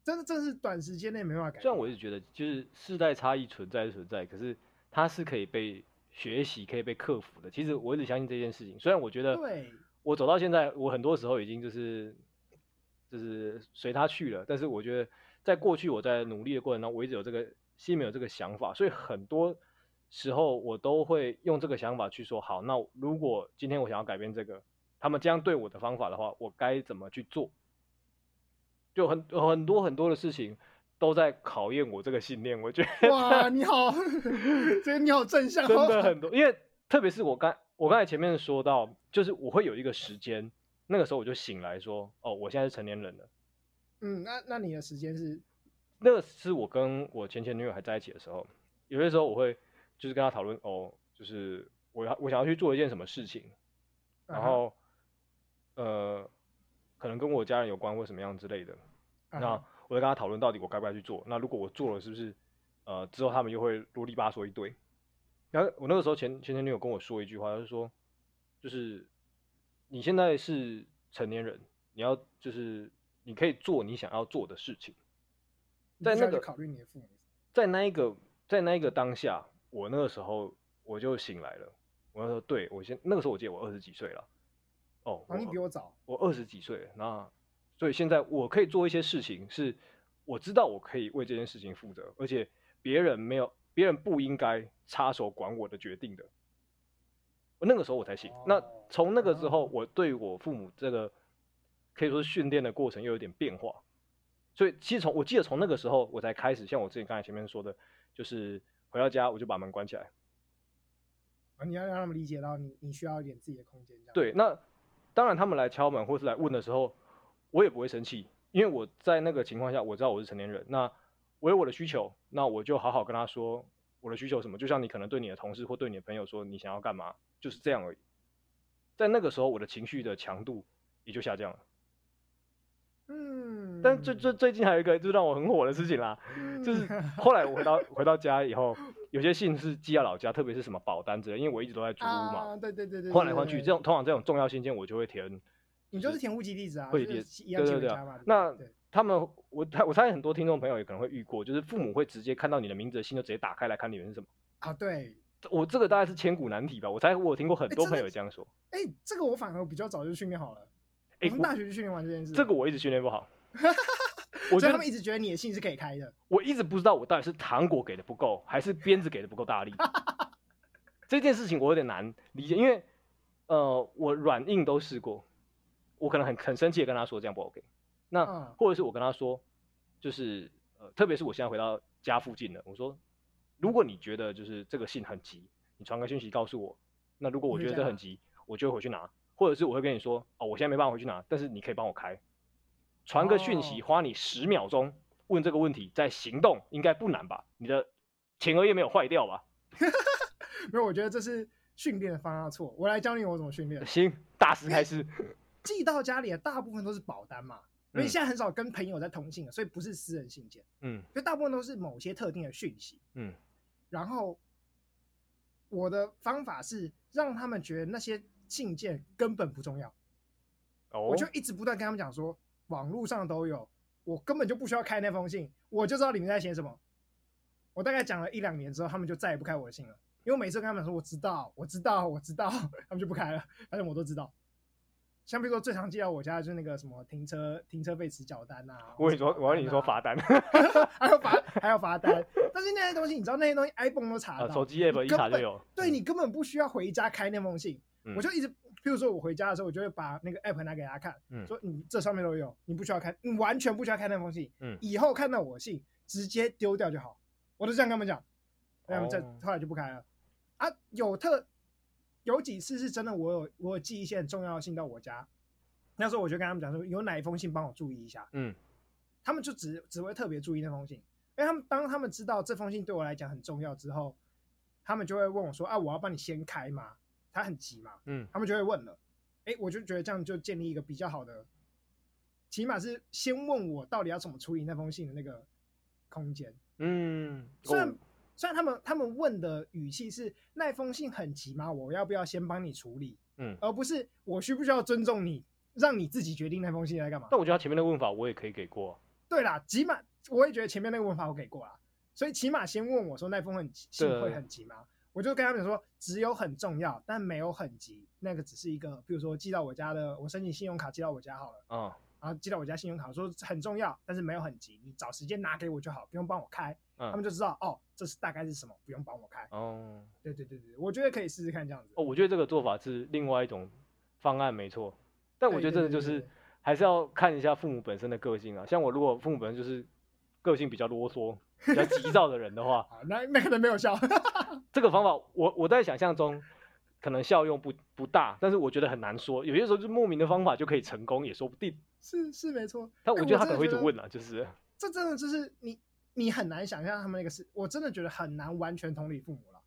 真的真是短时间内没办法改虽变。然我是觉得就是世代差异存在是存在，可是它是可以被学习、可以被克服的。其实我一直相信这件事情，虽然我觉得对，我走到现在，我很多时候已经就是就是随他去了。但是我觉得，在过去我在努力的过程当中，我一直有这个心里面有这个想法，所以很多时候我都会用这个想法去说：好，那如果今天我想要改变这个，他们这样对我的方法的话，我该怎么去做？就很有很多很多的事情都在考验我这个信念。我觉得哇，你 好，这个你好正向，哦真的好很多，因为特别是我刚我刚才前面说到，就是我会有一个时间，那个时候我就醒来说，哦，我现在是成年人了。嗯，那那你的时间是那个是我跟我前前女友还在一起的时候，有些时候我会就是跟她讨论，哦，就是我要我想要去做一件什么事情，嗯然后、呃，可能跟我家人有关或什么样之类的，啊哈那我就跟她讨论到底我该不该去做。那如果我做了，是不是呃之后他们又会啰里吧嗦一堆？然后我那个时候前前前女友跟我说一句话，她就说，就是你现在是成年人，你要就是你可以做你想要做的事情。你在必须要那个去考虑你的父母，在那一个在那一个当下，我那个时候我就醒来了，我那时候对我先那个时候我记得我二十几岁了，哦，啊，你比我早，我二十几岁了，那所以现在我可以做一些事情，是我知道我可以为这件事情负责，而且别人没有，别人不应该插手管我的决定的。我那个时候我才醒。那哦从那个之后哦，我对我父母这个可以说是训练的过程又有点变化。所以其实从我记得从那个时候我才开始，像我之前刚才前面说的，就是回到家我就把门关起来。啊，你要让他们理解到你，你需要一点自己的空间，这样。对，那当然他们来敲门或是来问的时候，我也不会生气，因为我在那个情况下我知道我是成年人，那我有我的需求，那我就好好跟他说我的需求是什么，就像你可能对你的同事或对你的朋友说你想要干嘛，就是这样而已。在那个时候，我的情绪的强度也就下降了。嗯，但最最最近还有一个就让我很火的事情啦，嗯 就是后来我回到回到家以后，有些信是寄到老家，特别是什么保单之类，因为我一直都在租屋嘛啊，，对对对对，换对来换去，对这种通常这种重要信件我就会填你就是填户籍地址啊，户籍就地是一样对寄对回对啊家嘛。对那不对他们，我 猜我猜很多听众朋友也可能会遇过，就是父母会直接看到你的名字的信就直接打开来看里面是什么。啊，对，我这个大概是千古难题吧，我猜我有听过很哎多真朋的友这样说。哎，这个我反而比较早就训练好了，我哎从我大学就训练完这件事，这个我一直训练不 好，我所觉以得他们一直觉得你的信是可以开的。我一直不知道我到底是糖果给的不够，还是鞭子给的不够大力。这件事情我有点难理解，因为呃，我软硬都试过，我可能很很生气的跟他说这样不 OK，那、嗯或者是我跟他说，就是呃，特别是我现在回到家附近了，我说如果你觉得就是这个信很急，你传个讯息告诉我，那如果我你觉会得这这样很吗急，我就会回去拿，或者是我会跟你说哦，我现在没办法回去拿，但是你可以帮我开，传个讯息哦花你十秒钟问这个问题，再行动应该不难吧？你的前额叶没有坏掉吧？没有，我觉得这是训练的方向错。我来教你我怎么训练。行，大师开始。寄到家里的大部分都是保单嘛，因为嗯现在很少跟朋友在通信了，所以不是私人信件，嗯所以大部分都是某些特定的讯息。嗯然后我的方法是让他们觉得那些信件根本不重要，哦我就一直不断跟他们讲说，网络上都有，我根本就不需要开那封信，我就知道里面在写什么。我大概讲了一两年之后，他们就再也不开我的信了，因为我每次跟他们说我知道，我知道，我知道， 他们就不开了，反正我都知道。像比如说最常寄到我家的就是那个什么停车停车费迟缴单啊，我跟你说，我要你说罚。罚单啊 还有罚还有罚单，但是那些东西你知道那些东西 iPhone 都查啊得，到，手机 app 一查就有。对你根本不需要回家开那封信。嗯我就一直，譬如说我回家的时候，我就会把那个 app 拿给他看，嗯说你这上面都有，你不需要看，你完全不需要看那封信，嗯以后看到我信直接丢掉就好。我都这样跟他们讲，他们这哦后来就不开了。啊，有特有几次是真的，我有我有寄一些很重要的信到我家，那时候我就跟他们讲说，有哪一封信帮我注意一下，嗯他们就只只会特别注意那封信，因为他们当他们知道这封信对我来讲很重要之后，他们就会问我说：“啊，我要帮你先开吗？他很急嘛？”嗯他们就会问了。哎，我就觉得这样就建立一个比较好的，起码是先问我到底要怎么处理那封信的那个空间。嗯，虽然、哦虽然他们他们问的语气是那封信很急吗？我要不要先帮你处理？嗯而不是我需不需要尊重你，让你自己决定那封信在干嘛。但我觉得他前面的问法我也可以给过。对啦，起码我也觉得前面那个问法我给过啦，所以起码先问我说那封很急信对会很急吗？我就跟他们说，只有很重要，但没有很急，那个只是一个，比如说寄到我家的，我申请信用卡寄到我家好了，嗯然后寄到我家信用卡说很重要，但是没有很急，你找时间拿给我就好，不用帮我开，他们嗯就知道哦，这是大概是什么，不用帮我开。哦对对对对，我觉得可以试试看这样子。哦，我觉得这个做法是另外一种方案，没错。但我对觉得对真的对就对是对还是要看一下父母本身的个性啊。像我如果父母本身就是个性比较啰嗦、比较急躁的人 的话，好，那那可能没有效。 这个方法我我在想象中可能效用不不大，但是我觉得很难说。有些时候就是莫名的方法就可以成功，也说不定。是是没错，但哎我觉得他可真的能会一直觉得问啊， 就是这真的就是你你很难想象他们那个事，我真的觉得很难完全同理父母了。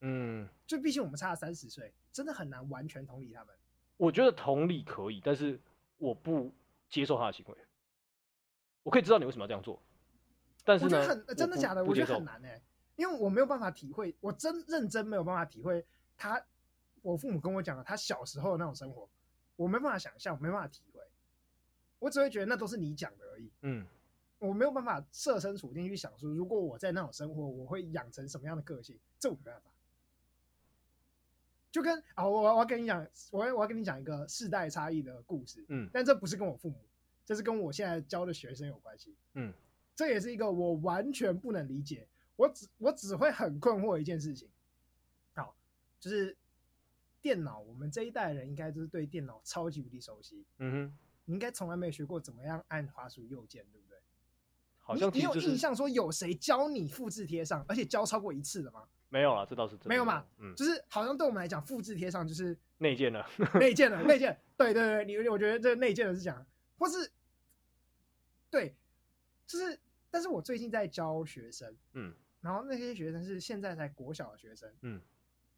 嗯，就毕竟我们差了三十岁，真的很难完全同理他们。我觉得同理可以，但是我不接受他的行为。我可以知道你为什么要这样做，但是我觉呢，得很真的不假的，不我觉接得受很。难哎、因为我没有办法体会，我真认真没有办法体会他我父母跟我讲的他小时候的那种生活，我没办法想象，我没办法体会，我只会觉得那都是你讲的而已。嗯，我没有办法设身处地去想说，如果我在那种生活，我会养成什么样的个性？这我没办法。就跟啊，我我要跟你讲，我要我要跟你讲一个世代差异的故事，嗯但这不是跟我父母，这是跟我现在教的学生有关系。嗯，这也是一个我完全不能理解，我只我只会很困惑一件事情。好，就是电脑，我们这一代人应该就是对电脑超级无敌熟悉，嗯哼，你应该从来没有学过怎么样按滑鼠右键，对不对？好像你其你实有就印是象说有谁教你复制贴上，而且教超过一次的吗？没有了，这倒是真的没有嘛，嗯，就是好像对我们来讲，复制贴上就是内 建了，内建 的内建，对对对，你我觉得这内建的是讲，或是对，就是，但是我最近在教学生，嗯然后那些学生是现在才国小的学生，嗯，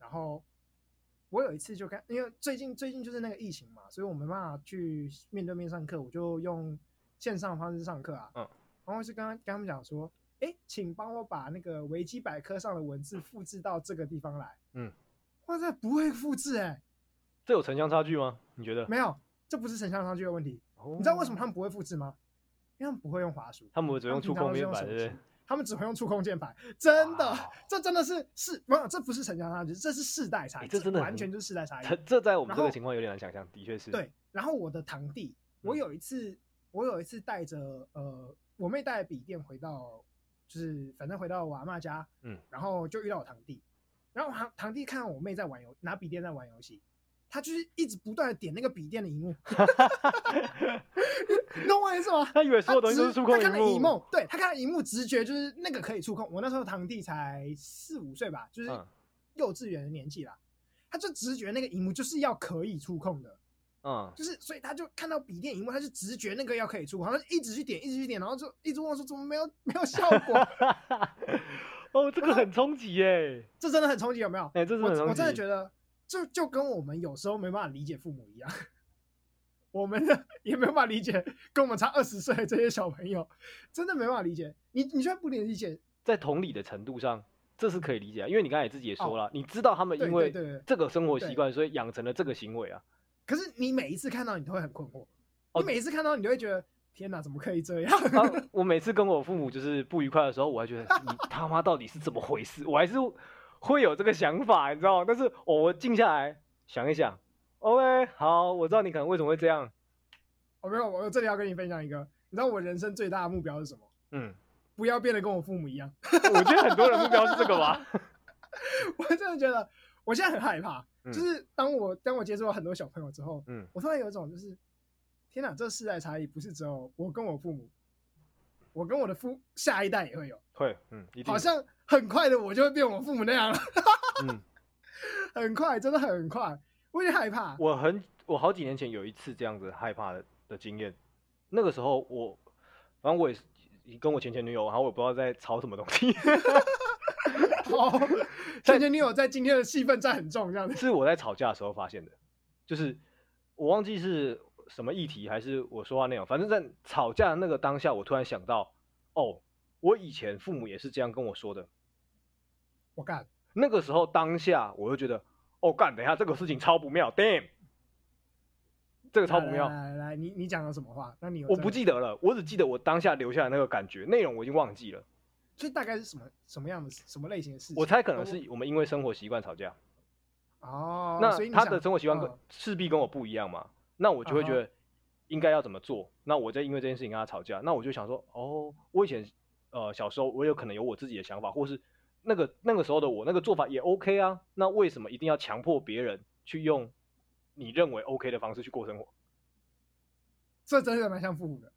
然后我有一次就跟，因为最近最近就是那个疫情嘛，所以我没办法去面对面上课，我就用线上方式上课啊，嗯，然后是跟他跟他们讲说，哎，请帮我把那个维基百科上的文字复制到这个地方来，嗯，哇塞，不会复制哎、这有城乡差距吗？你觉得？没有，这不是城乡差距的问题，哦你知道为什么他们不会复制吗？因为他们不会用滑鼠，他们只只用触控面板，对不对对？？他们只会用触控键盘，真的哇，这真的是是没有，这不是城乡差距，这是世代差哎异，这真的很完全就是世代差异。这这在我们然这个后情况有点难想象，的确是。，对，然后我的堂弟，我嗯有一次，我有一次带着呃，我妹带着笔电回到，就是反正回到我阿妈家，嗯，然后就遇到我堂弟，然后我堂堂弟看到我妹在玩游，拿笔电在玩游戏，他就是一直不断的点那个笔电的荧 幕，你懂我意思吗？他以为 所有他东西都是直触控他看了荧荧幕。幕，对他看了荧幕，直觉就是那个可以触控。我那时候堂弟才四五岁吧，就是嗯幼稚园的年纪啦，他就直觉那个荧幕就是要可以触控的，嗯，就是所以他就看到笔电荧幕，他就直觉那个要可以触控，他就一直去点，一直去点，然后就一直问我说怎么没有没有效 果，哦，这个很冲击耶！这真的很冲击，有没有？哎，这是我很冲击。我真的觉得，就就跟我们有时候没办法理解父母一样，我们的也没办法理解跟我们差二十岁的这些小朋友，真的没办法理解。你你居然不能理解，在同理的程度上，这是可以理解啊，因为你刚才也自己也说了，你知道他们哦对因对为对对。这个生活对习惯，所以养成了这个行为啊。可是你每一次看到，你都会很困惑，哦你每一次看到，你都会觉得天哪，怎么可以这样？ 啊我每次跟我父母就是不愉快的时候，我还觉得你他妈到底是怎么回事？我还是会有这个想法，你知道吗？但是、哦我静下来想一想，OK，好，我知道你可能为什么会这样。我没有，我这里要跟你分享一个，你知道我人生最大的目标是什么？嗯，不要变得跟我父母一样。 我觉得很多人目标是这个吧？我真的觉得，我现在很害怕，嗯就是当我当我接触了很多小朋友之后，嗯，我突然有一种就是，天哪，这世代差异不是只有我跟我父母，我跟我的父下一代也会有，会，嗯，一定好像很快的我就会变我父母那样了，嗯，很快，真的很快，我有点害怕。 我很我好几年前有一次这样子害怕的的经验，那个时候我反正我也是跟我前前女友，然后我不知道在吵什么东西。 好，倩倩女友在今天的戏份占很重，这样子。是我在吵架的时候发现的，就是我忘记是什么议题，还是我说话内容，反正在吵架的那个当下，我突然想到，哦，我以前父母也是这样跟我说的。我干，那个时候当下，我就觉得，哦，干，等一下这个事情超不妙，damn，这个超不妙来，来来来，你你讲了什么话？那你有我这不个，记得了，我只记得我当下留下的那个感觉，内容我已经忘记了。所以大概是什么什么样的什么类型的事情？我猜可能是我们因为生活习惯吵架，哦，那所以你他想的生活习惯跟嗯势必跟我不一样嘛，那我就会觉啊哈得应该要怎么做。那我在因为这件事情跟他吵架，那我就想说，哦，我以前呃小时候我有可能有我自己的想法，或是那个那个时候的我那个做法也 OK 啊，那为什么一定要强迫别人去用你认为 OK 的方式去过生活？ 这真的蛮像父母的。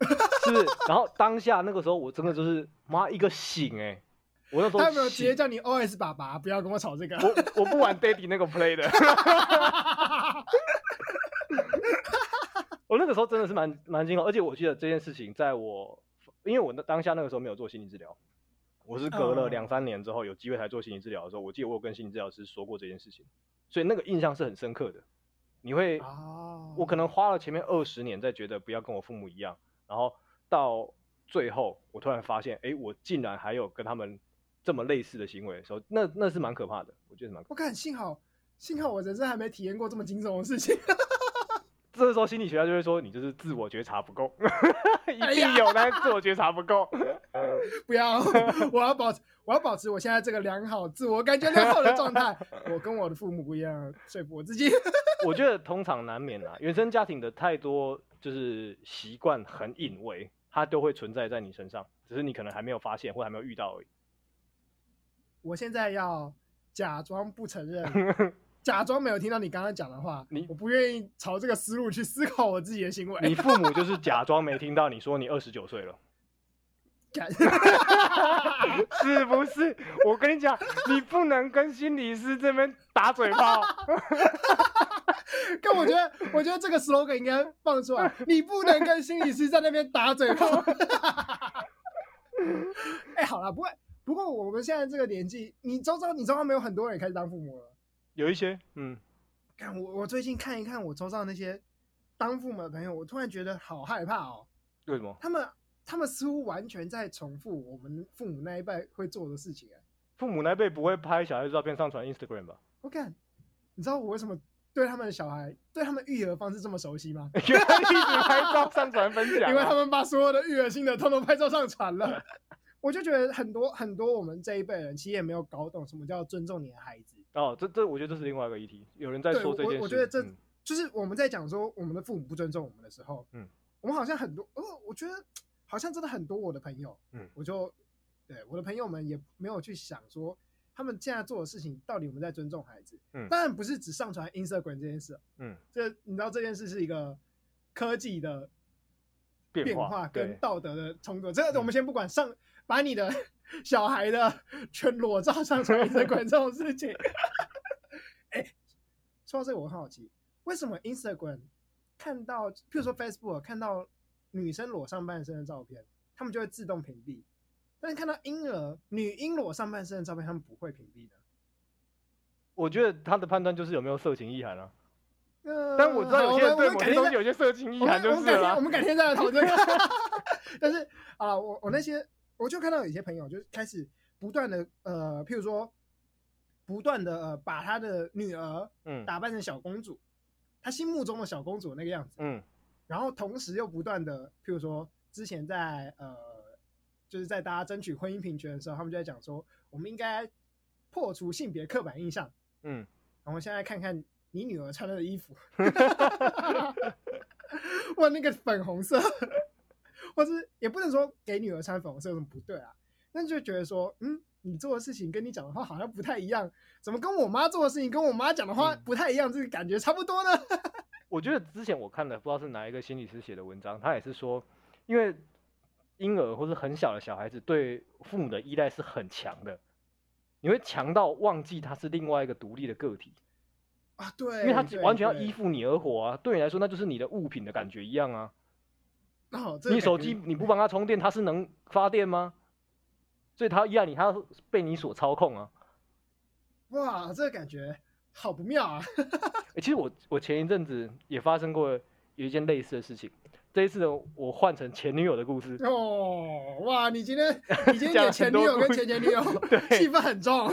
是不是？然后当下那个时候我真的就是妈一个醒哎、我那时候他有没有直接醒叫你 OS 爸爸，不要跟我吵这个？我我不玩 Daddy 那个 play 的。哦我那个时候真的是蛮蛮惊恐，而且我记得这件事情，在我因为我那当下那个时候没有做心理治疗，我是隔嗯了两三年之后有机会才做心理治疗的时候，我记得我有跟心理治疗师说过这件事情，所以那个印象是很深刻的。你 会，哦，我可能花了前面二十年在觉得不要跟我父母一样，然后到最后我突然发现，哎，我竟然还有跟他们这么类似的行为的时候，那那是蛮可怕的，我觉得蛮可怕的。我感幸好幸好我人生还没体验过这么惊悚的事情。这时候心理学家就会说，你就是自我觉察不够， 一哎定呀有，但是自我觉察不够。 不要， 我要保，我要保持我现在这个良好、自我感觉良好的状 态。我跟我的父母不一样，说服我自己。我觉得通常难免啊，原生家庭的太多就是习惯很隐微，它都会存在在你身上，只是你可能还没有发现或还没有遇到而已。我现在要假装不承 认，假装没有听到你刚刚讲的话。你我不愿意朝这个思路去思考我自己的行你为。父母就是假装没听到你说你二十九岁了， 干是不是？我跟你讲，你不能跟心理师这边打嘴炮。但我觉得，我觉得这个 slogan 应该放出 来。你不能跟心理师在那边打嘴炮。哎、好了，不过不过我们现在这个年纪，你周遭你周遭没有很多人也开始当父母了。有一些，嗯，看我我最近看一看我周遭那些当父母的朋友，我突然觉得好害怕哦。为什么？他们他们似乎完全在重复我们父母那一辈会做的事情、哎，父母那辈不会拍小孩子照片上传 Instagram 吧？ 我看，你知道我为什么对他们的小孩对他们育儿方式这么熟悉吗？因为一直拍照上传分享啊、因为他们把所有的育儿心得通通拍照上传了。我就觉得很多很多我们这一辈人其实也没有搞懂什么叫尊重你的孩子。哦，这这我觉得这是另外一个议题，有人在对，说我这件事。我我觉得这、嗯就是我们在讲说我们的父母不尊重我们的时候，嗯，我们好像很多，哦，我觉得好像真的很多我的朋友，嗯我就对我的朋友们也没有去想说他们现在做的事情到底我们在尊重孩子。嗯当然不是只上传 Instagram 这件事，嗯这你知道这件事是一个科技的变变化化跟对道德的冲突。这个嗯我们先不管上，把你的 小孩的全裸照上传 Instagram 这种事情。哎、说到这个，我很好奇，为什么 Instagram 看到，譬如说 Facebook 看到女生裸上半身的照片，他们就会自动屏蔽，但是看到婴儿女婴裸上半身的照片，他们不会屏蔽的。我觉得他的判断就是有没有色情意涵啊。呃但我知道有些人对某些东西有些色情意我涵们就我们是改了天我啊。们改天再来讨论 这个。但是啊、我我那些我就看到有些朋友就开始不断的呃，譬如说不断的、呃、把他的女儿嗯打扮成小公主，他心目中的小公主那个样子，嗯然后同时又不断的譬如说之前在呃就是在大家争取婚姻平权的时候，他们就在讲说我们应该破除性别刻板印象，嗯，然后现在看看你女儿穿的衣 服，哇，那个粉红色， 或是也不能说给女儿穿粉红色有什么不对啊，但就觉得说，嗯，你做的事情跟你讲的话好像不太一样，怎么跟我妈做的事情跟我妈讲的话嗯不太一样，这个感觉差不多呢？ 我觉得之前我看的不知道是哪一个心理师写的文章，他也是说，因为婴儿或是很小的小孩子对父母的依赖是很强的，你会强到忘记他是另外一个独立的个体。啊，对，因为他只对完全要对依附你而活啊，对你来说那就是你的物品的感觉一样啊。哦，这个你手感机觉你不帮他充电，它是能发电吗？所以它依赖你，它被你所操控啊。哇，这个感觉好不妙啊！。欸、其实我我前一阵子也发生过有一件类似的事情，这一次呢，我换成前女友的故事哦，哇，你今天 你今天讲你的前了很多女友故跟事前前女友 对戏份很重。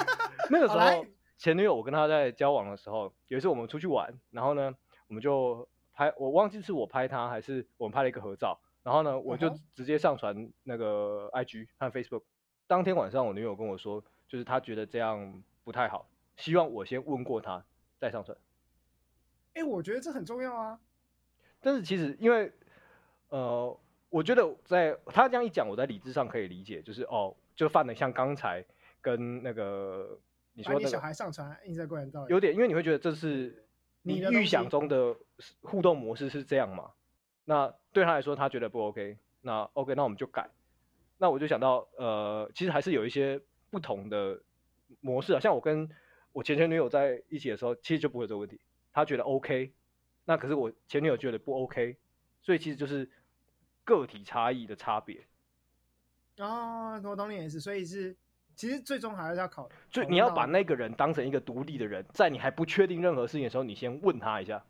那个时好来候，前女友我跟她在交往的时候，有一次我们出去玩，然后呢，我们就拍，我忘记是我拍她还是我们拍了一个合照，然后呢，我就嗯哼直接上传那个 IG 和 Facebook。当天晚上，我女友跟我说，就是她觉得这样不太好，希望我先问过她再上传。哎、我觉得这很重要啊。但是其实因为，呃，我觉得在他这样一讲，我在理智上可以理解，就是哦，就犯了像刚才跟那个你把说啊你那小个孩上传 Instagram 到底有点，因为你会觉得这是你你的预东想西中的互动模式是这样嘛？那对他来说，他觉得不 OK，那 OK，那我们就改。那我就想到，呃，其实还是有一些不同的模式啊。像我跟我前前女友在一起的时候，其实就不会有这个问题。她觉得 OK，那可是我前女友觉得不 OK，所以其实就是个体差异的差别。哦，我懂你的意思，所以是其实最终还是要考，所以考你虑要到把那个人当成一个独立的人，在你还不确定任何事情的时候，你先问他一下。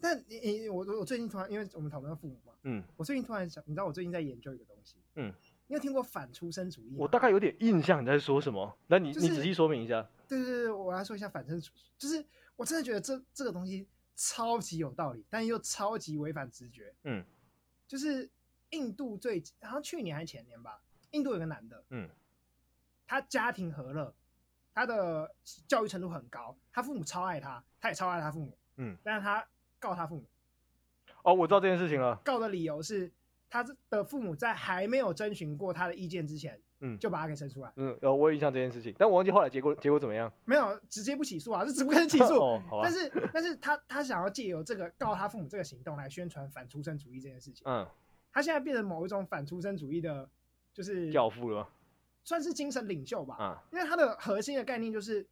但你你我我最近突然，因为我们讨论到父母嘛，嗯，我最近突然想，你知道我最近在研究一个东西，嗯，你有听过反出生主义吗？我大概有点印象你在说什么，那你、就你是仔细说明一下。对对对，我来说一下反身处，就是我真的觉得这这个东西超级有道理，但又超级违反直觉。嗯，就是印度最好像去年还前年吧，印度有个男的，嗯，他家庭和乐，他的教育程度很高，他父母超爱他，他也超爱他父母，嗯，但是他告他父母，哦，我知道这件事情了。告的理由是他的父母在还没有征询过他的意见之前，嗯就把他给生出来，嗯，呃，我有印象这件事情，但我忘记后来结果结果怎么样。没有直接不起诉啊，这只不过是起诉， 哦，好吧。但是，但是他他想要借由这个告他父母这个行动来宣传反出生主义这件事情。嗯，他现在变成某一种反出生主义的，就是教父了吗？算是精神领袖吧。啊，因为他的核心的概念就是，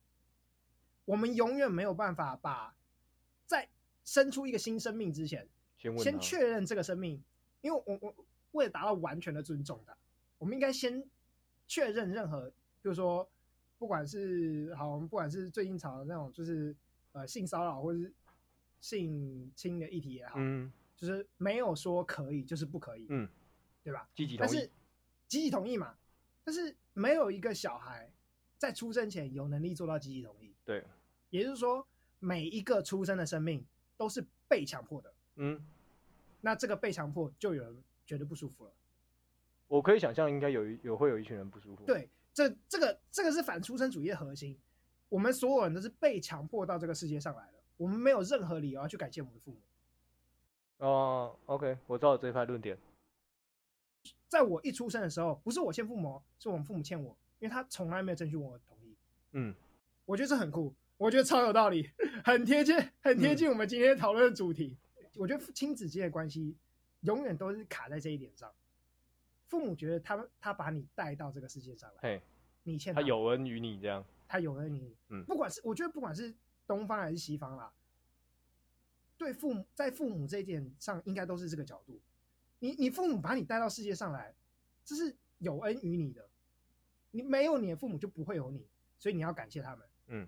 我们永远没有办法把在生出一个新生命之前，先问啊先他确认这个生命，因为我我为了达到完全的尊重的，我们应该先确认任何，比如说不管是好，我们不管是最近吵的那种，就是呃性骚扰或是性侵的议题也好，嗯，就是没有说可以就是不可以，嗯，对吧？积极同但意是。集体同意嘛，但是没有一个小孩在出生前有能力做到集体同意，对，也就是说每一个出生的生命都是被强迫的。嗯，那这个被强迫就有人觉得不舒服了。我可以想象，应该有一有会有一群人不舒服。，对，这这个这个是反出生主义的核心。我们所有人都是被强迫到这个世界上来的，我们没有任何理由要去感谢我们的父母。哦，OK，我知道这一派论点。在我一出生的时候，不是我欠父母哦，是我们父母欠我，因为他从来没有征询我的同意。嗯，我觉得这很酷，我觉得超有道理， 很贴切，很贴近我们今天讨论的主题。我觉得亲子间的关系永远都是卡在这一点上。父母觉得他们他把你带到这个世界上来，嘿，你欠他们有恩于你这样。他有恩于你。嗯不管是我觉得不管是东方还是西方啦，对父母在父母这一点上，应该都是这个角度。你你父母把你带到世界上来，这是有恩于你的。你没有你的父母就不会有你，所以你要感谢他们。嗯，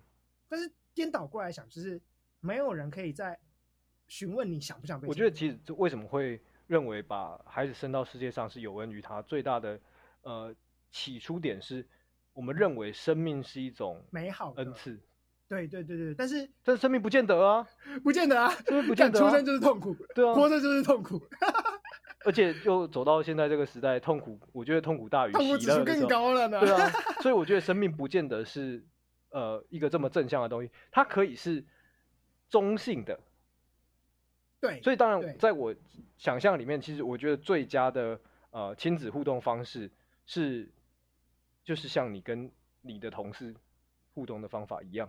但是颠倒过来想，就是没有人可以在询问你想不想被。我觉得其实这为什么会认为把孩子生到世界上是有恩于他，最大的呃起初点是我们认为生命是一种美好的恩，赐，对对对对，但是但是生命不见得啊，不见得啊，生命不见干得、出啊生，就是痛苦，对啊，活着就是痛苦，而且就走到现在这个时代，痛苦，我觉得痛苦大于痛苦喜指乐数的时更候，高了呢。对啊，所以我觉得生命不见得是呃一个这么正向的东西，它可以是中性的，对，所以当对然，在我想象里面，其实我觉得最佳的呃亲子互动方式是，就是像你跟你的同事互动的方法一样，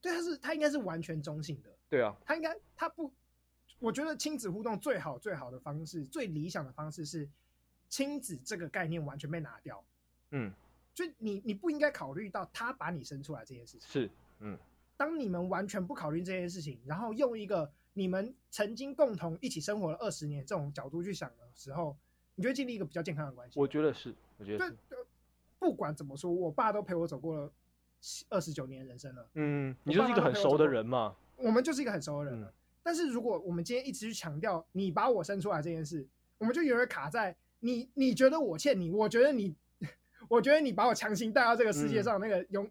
对，他是他应该是完全中性的，对啊，他应该他不，我觉得亲子互动最好最好的方式，最理想的方式是亲子这个概念完全被拿掉，嗯，就你你不应该考虑到他把你生出来这件事情。是，当你们完全不考虑这件事情，然后用一个你们曾经共同一起生活了二十年这种角度去想的时候，你就会建立一个比较健康的关系。我觉得是，我觉得对是，，呃不管怎么说，我爸都陪我走过了二十九年人生了。嗯，你我爸妈就是一个都很陪我走熟的过人嘛，我们就是一个很熟的人了。嗯但是如果我们今天一直去强调你把我生出来这件事，我们就永远卡在你你觉得我欠你，我觉得你， 我觉得你把我强行带到这个嗯世界上，那个永、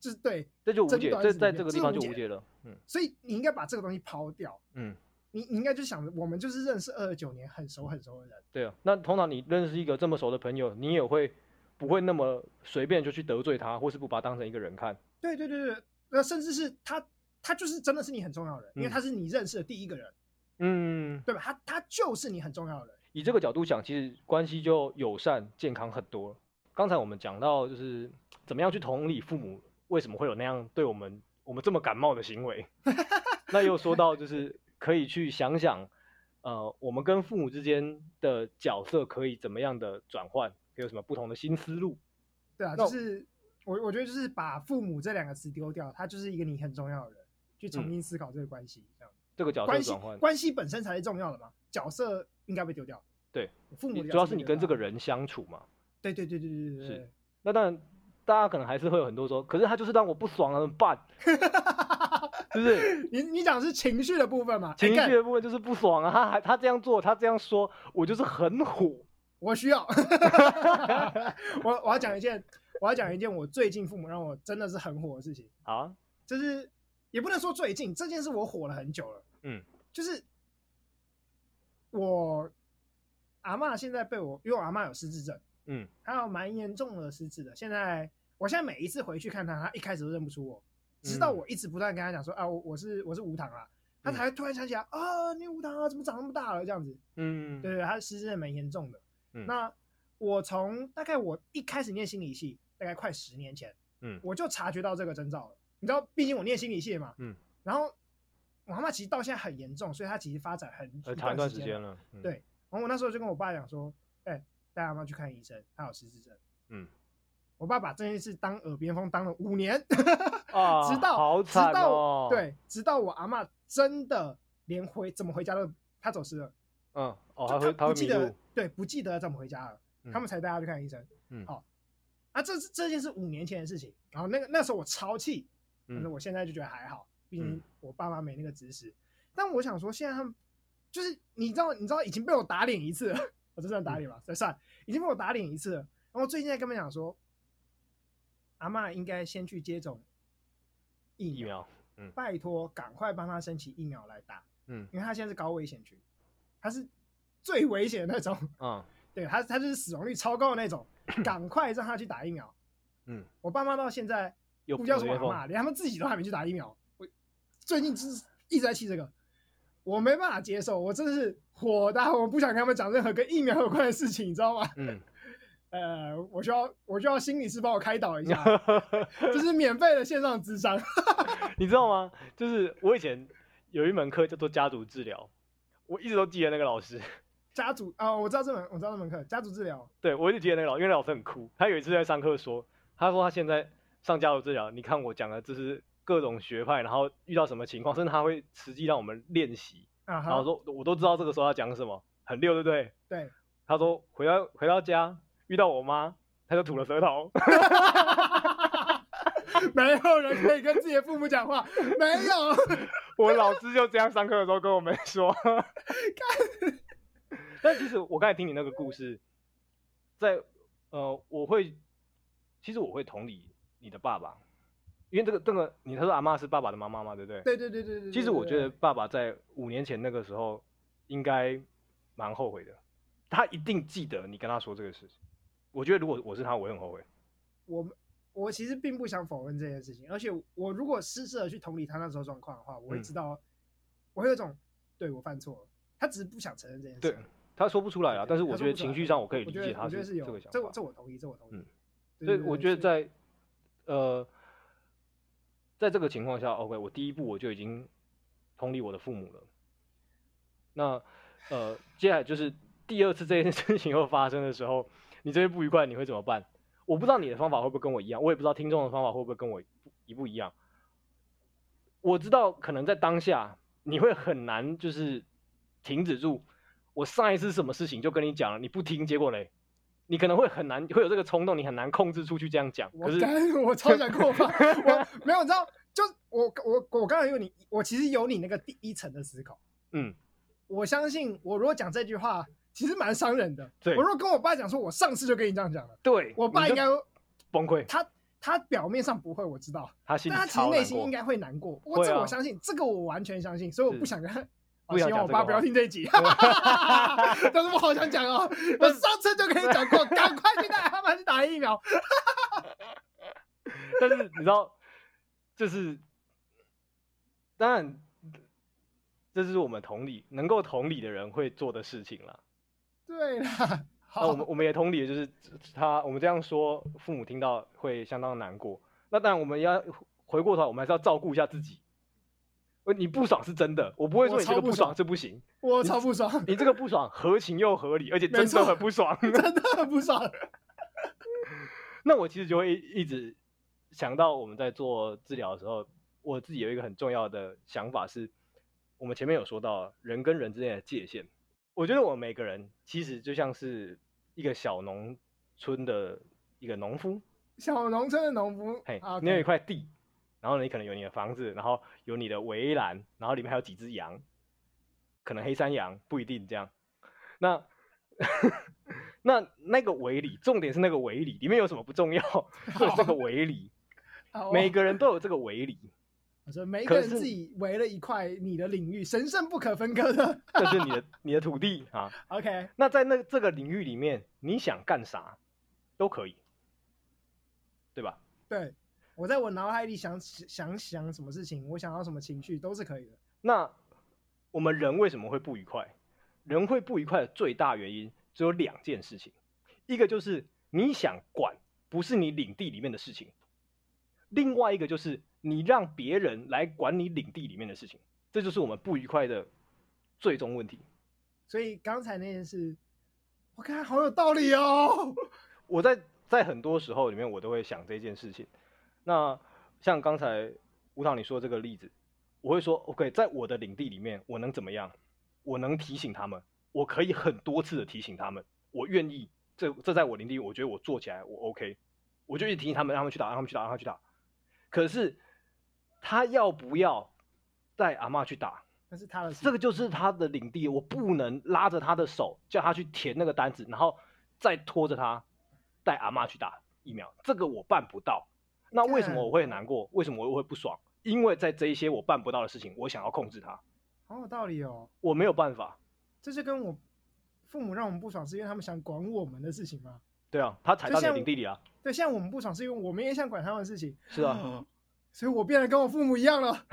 就是对，这就无争解，端这是在无这个解地方这就无无解解了，嗯所以你应该把这个东西抛掉。嗯，你你应该就想着我们就是认识二十九年很熟很熟的人，对啊，那通常你认识一个这么熟的朋友，你也会不会那么随便就去得罪他，或是不把他当成一个人看，对对对对，那甚至是他他就是真的是你很重要的人，因为嗯他是你认识的第一个人，嗯，对吧？他他就是你很重要的人。以这个角度想，其实关系就友善、健康很多了。刚才我们讲到，就是怎么样去同理父母为什么会有那样对我们我们这么感冒的行 为，那又说到就是可以去想想，呃，我们跟父母之间的角色可以怎么样的转换，有什么不同的新思路？对啊，那就我是我我觉得就是把父母这两个词丢掉，他就是一个你很重要的人，去重新思考这个关系，这样这嗯个角色关系转换，关系本身才是重要的嘛，角色应该被丢掉。对，父母你的角色啊主要是你被丢跟这掉个，人相处嘛。对对对对对对对是，那当然，大家可能还是会有很多说，可是他就是让我不爽了，怎么 办？是不是？你你讲的是情绪的部分嘛？哎情哎干绪的部分就是不爽啊，他还他这样做，他这样说，我就是很火。我需 要，我我要讲一件，我要讲一件我最近父母让我真的是很火的事情，啊，就是也不能说最近这件事我火了很久了，嗯，就是我阿嬷现在被我，因为我阿嬷有失智症，嗯还有蛮严重的失智的。现在我现在每一次回去看她，她一开始都认不出我，直到嗯我一直不断跟她讲说啊，我我是我是无糖啊，她嗯才会突然想起来啊，你无糖啊，怎么长那么大了这样子？嗯，对对，他失智症蛮严重的。嗯那我从大概我一开始念心理系，大概快十年前，嗯我就察觉到这个征兆了。你知道，毕竟我念心理系的嘛，嗯，然后我妈妈其实到现在很严重，所以她其实发展很呃，长一段时间了。了，嗯对然后我那时候就跟我爸讲说，哎、带阿妈去看医生，她有失智症。嗯我爸把这件事当耳边风当了五年，啊，直到、好直惨到、哦，，对，直到我阿妈真的连回怎么回家都她走失了。嗯，就哦，还会他不他会记迷得路，，对，不记得怎么回家了，嗯他们才带他去看医生。嗯好啊，这这件是五年前的事情。然后那个那时候我超气，反正嗯我现在就觉得还好，毕竟嗯我爸妈没那个知识。但我想说，现在他们就是你知道，你知道已经被我打脸一次了，我这算打嗯脸吗？算算，已经被我打脸一次了。然后最近在跟他们讲说，阿嬷应该先去接种疫苗，疫苗，拜托赶快帮她申请疫苗来打，嗯因为她现在是高危险群，她是最危险的那种。嗯对他，他就是死亡率超高的 那种，赶快让他去打疫苗。嗯，我爸妈到现在又不叫不什么接阿嬷，连他们自己都还没去打疫苗。我最近就是一直在气这个，我没办法接受，我真的是火大，我不想跟他们讲任何跟疫苗有关的事情，你知道吗？嗯，呃，我需要我需要心理师帮我开导一下，这是免费的线上智商。 你知道吗？就是我以前有一门课叫做家族治疗，我一直都记得那个老师，家族啊、我知道这门我知道这门课，家族治疗对我一直记得那个老师，因为那老师很酷，他有一次在上课说，他说他现在上家族治疗，你看我讲的就是各种学派，然后遇到什么情况，甚至他会实际让我们练习，啊然后哈，说我都知道这个时候要讲什么，很溜，对不对？对， 他说回到回到家遇到我妈，他就吐了舌头。没有人可以跟自己的父母讲话，没有。 我老师就这样上课的时候跟我们说。 但其实我刚才听你那个故事，在呃，我会，其实我会同理你的爸爸，因为这个这个，你他说阿妈是爸爸的妈妈嘛，对不对？对对对对对对。其实我对觉得，爸爸在五年前那个时候应该蛮后悔的，他一定记得你跟他说这个事情。我觉得如果我是他，我会很后悔。我我其实并不想否认这件事情，而且我如果试着去同理他那时候状况的话，我会嗯知道，我会有一种对我犯错了，他只是不想承认这件事。对他说不出来啊，但是我觉得情绪上我可以我理觉解得他我觉得是有这个想这法。我这我同意，这我同意嗯。对所以对我对觉得是在呃，在这个情况下，OK，我第一步我就已经同理我的父母了。那呃，接下来就是第二次这件事情又发生的时候，你这些不愉快你会怎么办？我不知道你的方法会不会跟我一样，我也不知道听众的方法会不会跟我不一不一样。我知道可能在当下你会很难就是停止住。我上一次什么事情就跟你讲了，你不听，结果嘞，你可能会很难会有这个冲动，你很难控制出去这样讲。我可是，刚我超想 过分，我没有，你知道，就我我我刚才有你，我其实有你那个第一层的思考。嗯，我相信我如果讲这句话，其实蛮伤人的。对我如果跟我爸讲说，我上次就跟你这样讲了，对，我爸你应就该崩溃，他他表面上不会，我知道，他心但他里其实超内难心应过。该会难过。会我这啊我相信，这个我完全相信，所以我不是想跟他。 不哦想希望讲我这爸个不要话啊听这一集，但是我好想讲 哦，我上次就跟你讲过，赶快去带他们去打疫苗。但是你知道，就是当然，这是我们同理能够同理的人会做的事情啦。对啦， 那好哦我，们我们也同理，就是他我们这样说，父母听到会相当难过。那当然，我们要回过头来，我们还是要照顾一下自己。呃你不爽是真的，我不会说我你这超个不不爽爽是不行，我超不 爽，你这个不爽合情又合理，而且没真错的很不爽。 真的很不爽。那我其实就会一一直想到我们在做治疗的时候，我自己有一个很重要的想法是，我们前面有说到人跟人之间的界限。我觉得我们每个人其实就像是一个小农村的一个农夫，小农村的农夫嘿，啊，你有一块地，然后你可能有你的房子，然后有你的围栏，然后里面还有几只羊，可能黑山羊不一定这样。那 那那个围里，重点是那个围 里里面有什么不重要，就是这个围里，好每个人都有这个围里。说每一可个人是自己围了一块你的领域，神圣不可分割的。这是你的你的土地啊。 OK，那在那这个领域里面，你想干啥都可以，对吧？对我在我脑海里想想想什么事情，我想要什么情绪都是可以的。那我们人为什么会不愉快？人会不愉快的最大原因只有两件事情，一个就是你想管不是你领地里面的事情，另外一个就是你让别人来管你领地里面的事情，这就是我们不愉快的最终问题。所以刚才那件事，我看好有道理哦。 我在在很多时候里面，我都会想这件事情。那像刚才吴唐你说这个例子，我会说 OK，在我的领地里面，我能怎么样？我能提醒他们，我可以很多次的提醒他们，我愿意。这这在我领地，我觉得我做起来我 OK，我就一直提醒他们，让他们去打，让他们去打，让他们去打。可是他要不要带阿嬷去打？那是他的事，这个就是他的领地，我不能拉着他的手叫他去填那个单子，然后再拖着他带阿嬷去打疫苗，这个我办不到。那为什么我会很难过？为什么我会不爽？因为在这一些我办不到的事情，我想要控制他，好有道理哦。我没有办法。这就跟我父母让我们不爽，是因为他们想管我们的事情吗？对啊，他踩到就你的像领地里啊，对，现在我们不爽是因为我们也想管他们的事情，是啊，所以我变得跟我父母一样了。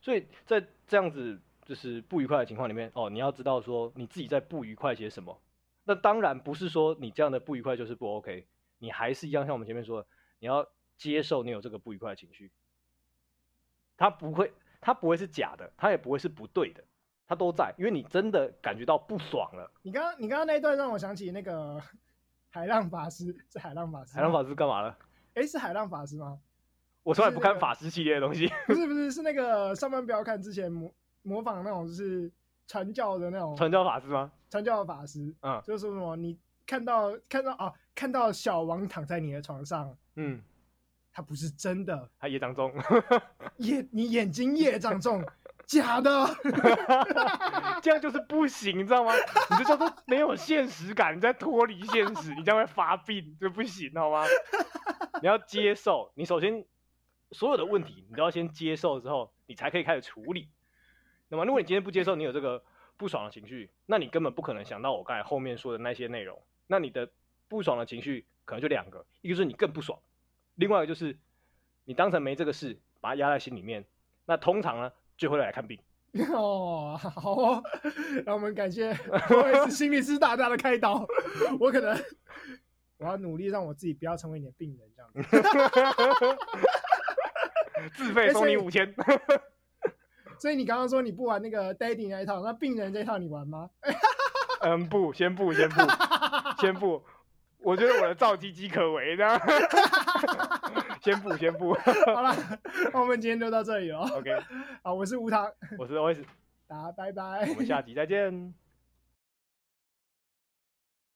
所以在这样子就是不愉快的情况里面，哦，你要知道说你自己在不愉快些什么。那当然不是说你这样的不愉快就是不 OK，你还是一样像我们前面说的，你要接受你有这个不愉快的情绪，它不会，它不会是假的，它也不会是不对的，它都在，因为你真的感觉到不爽了。你刚刚你刚刚那一段让我想起那个 海浪法师，是海浪法师吗，海浪法师干嘛了？哎是海浪法师吗？我从来就不是那看个法师系列的东西，不是不是，是那个上班不要看之前模模仿那种就是传教的那种传教法师吗？传教的法师，嗯就是说什么你看到看到啊看到小王躺在你的床上，嗯，他不是真的，还野当中，眼你眼睛夜长重，假的， 这样就是不行，你知道吗？你这叫做没有现实感，你在脱离现实，你这样会发病，这不行，好吗？你要接受，你首先所有的问题，你都要先接受之后，你才可以开始处理。那么，如果你今天不接受，你有这个不爽的情绪，那你根本不可能想到我刚才后面说的那些内容。那你的不爽的情绪可能就两个，一个就是你更不爽，另外一个就是你当成没这个事，把它压在心里面。那通常呢，就会来看病。哦，好哦，让我们感谢我也是心理师大大的开导，我可能我要努力让我自己不要成为你的病人这样子。自费送你五千。所以你刚刚说你不玩那个 Daddy 那一套，那病人这一套你玩吗？ 嗯，不，先不，先不，先不。我觉得我的造机机可为的。 先不，先不。 好啦，那我们今天就到这里了。哦 OK，好，我是吴糖，我是 OS，大家拜拜我。们下集再见。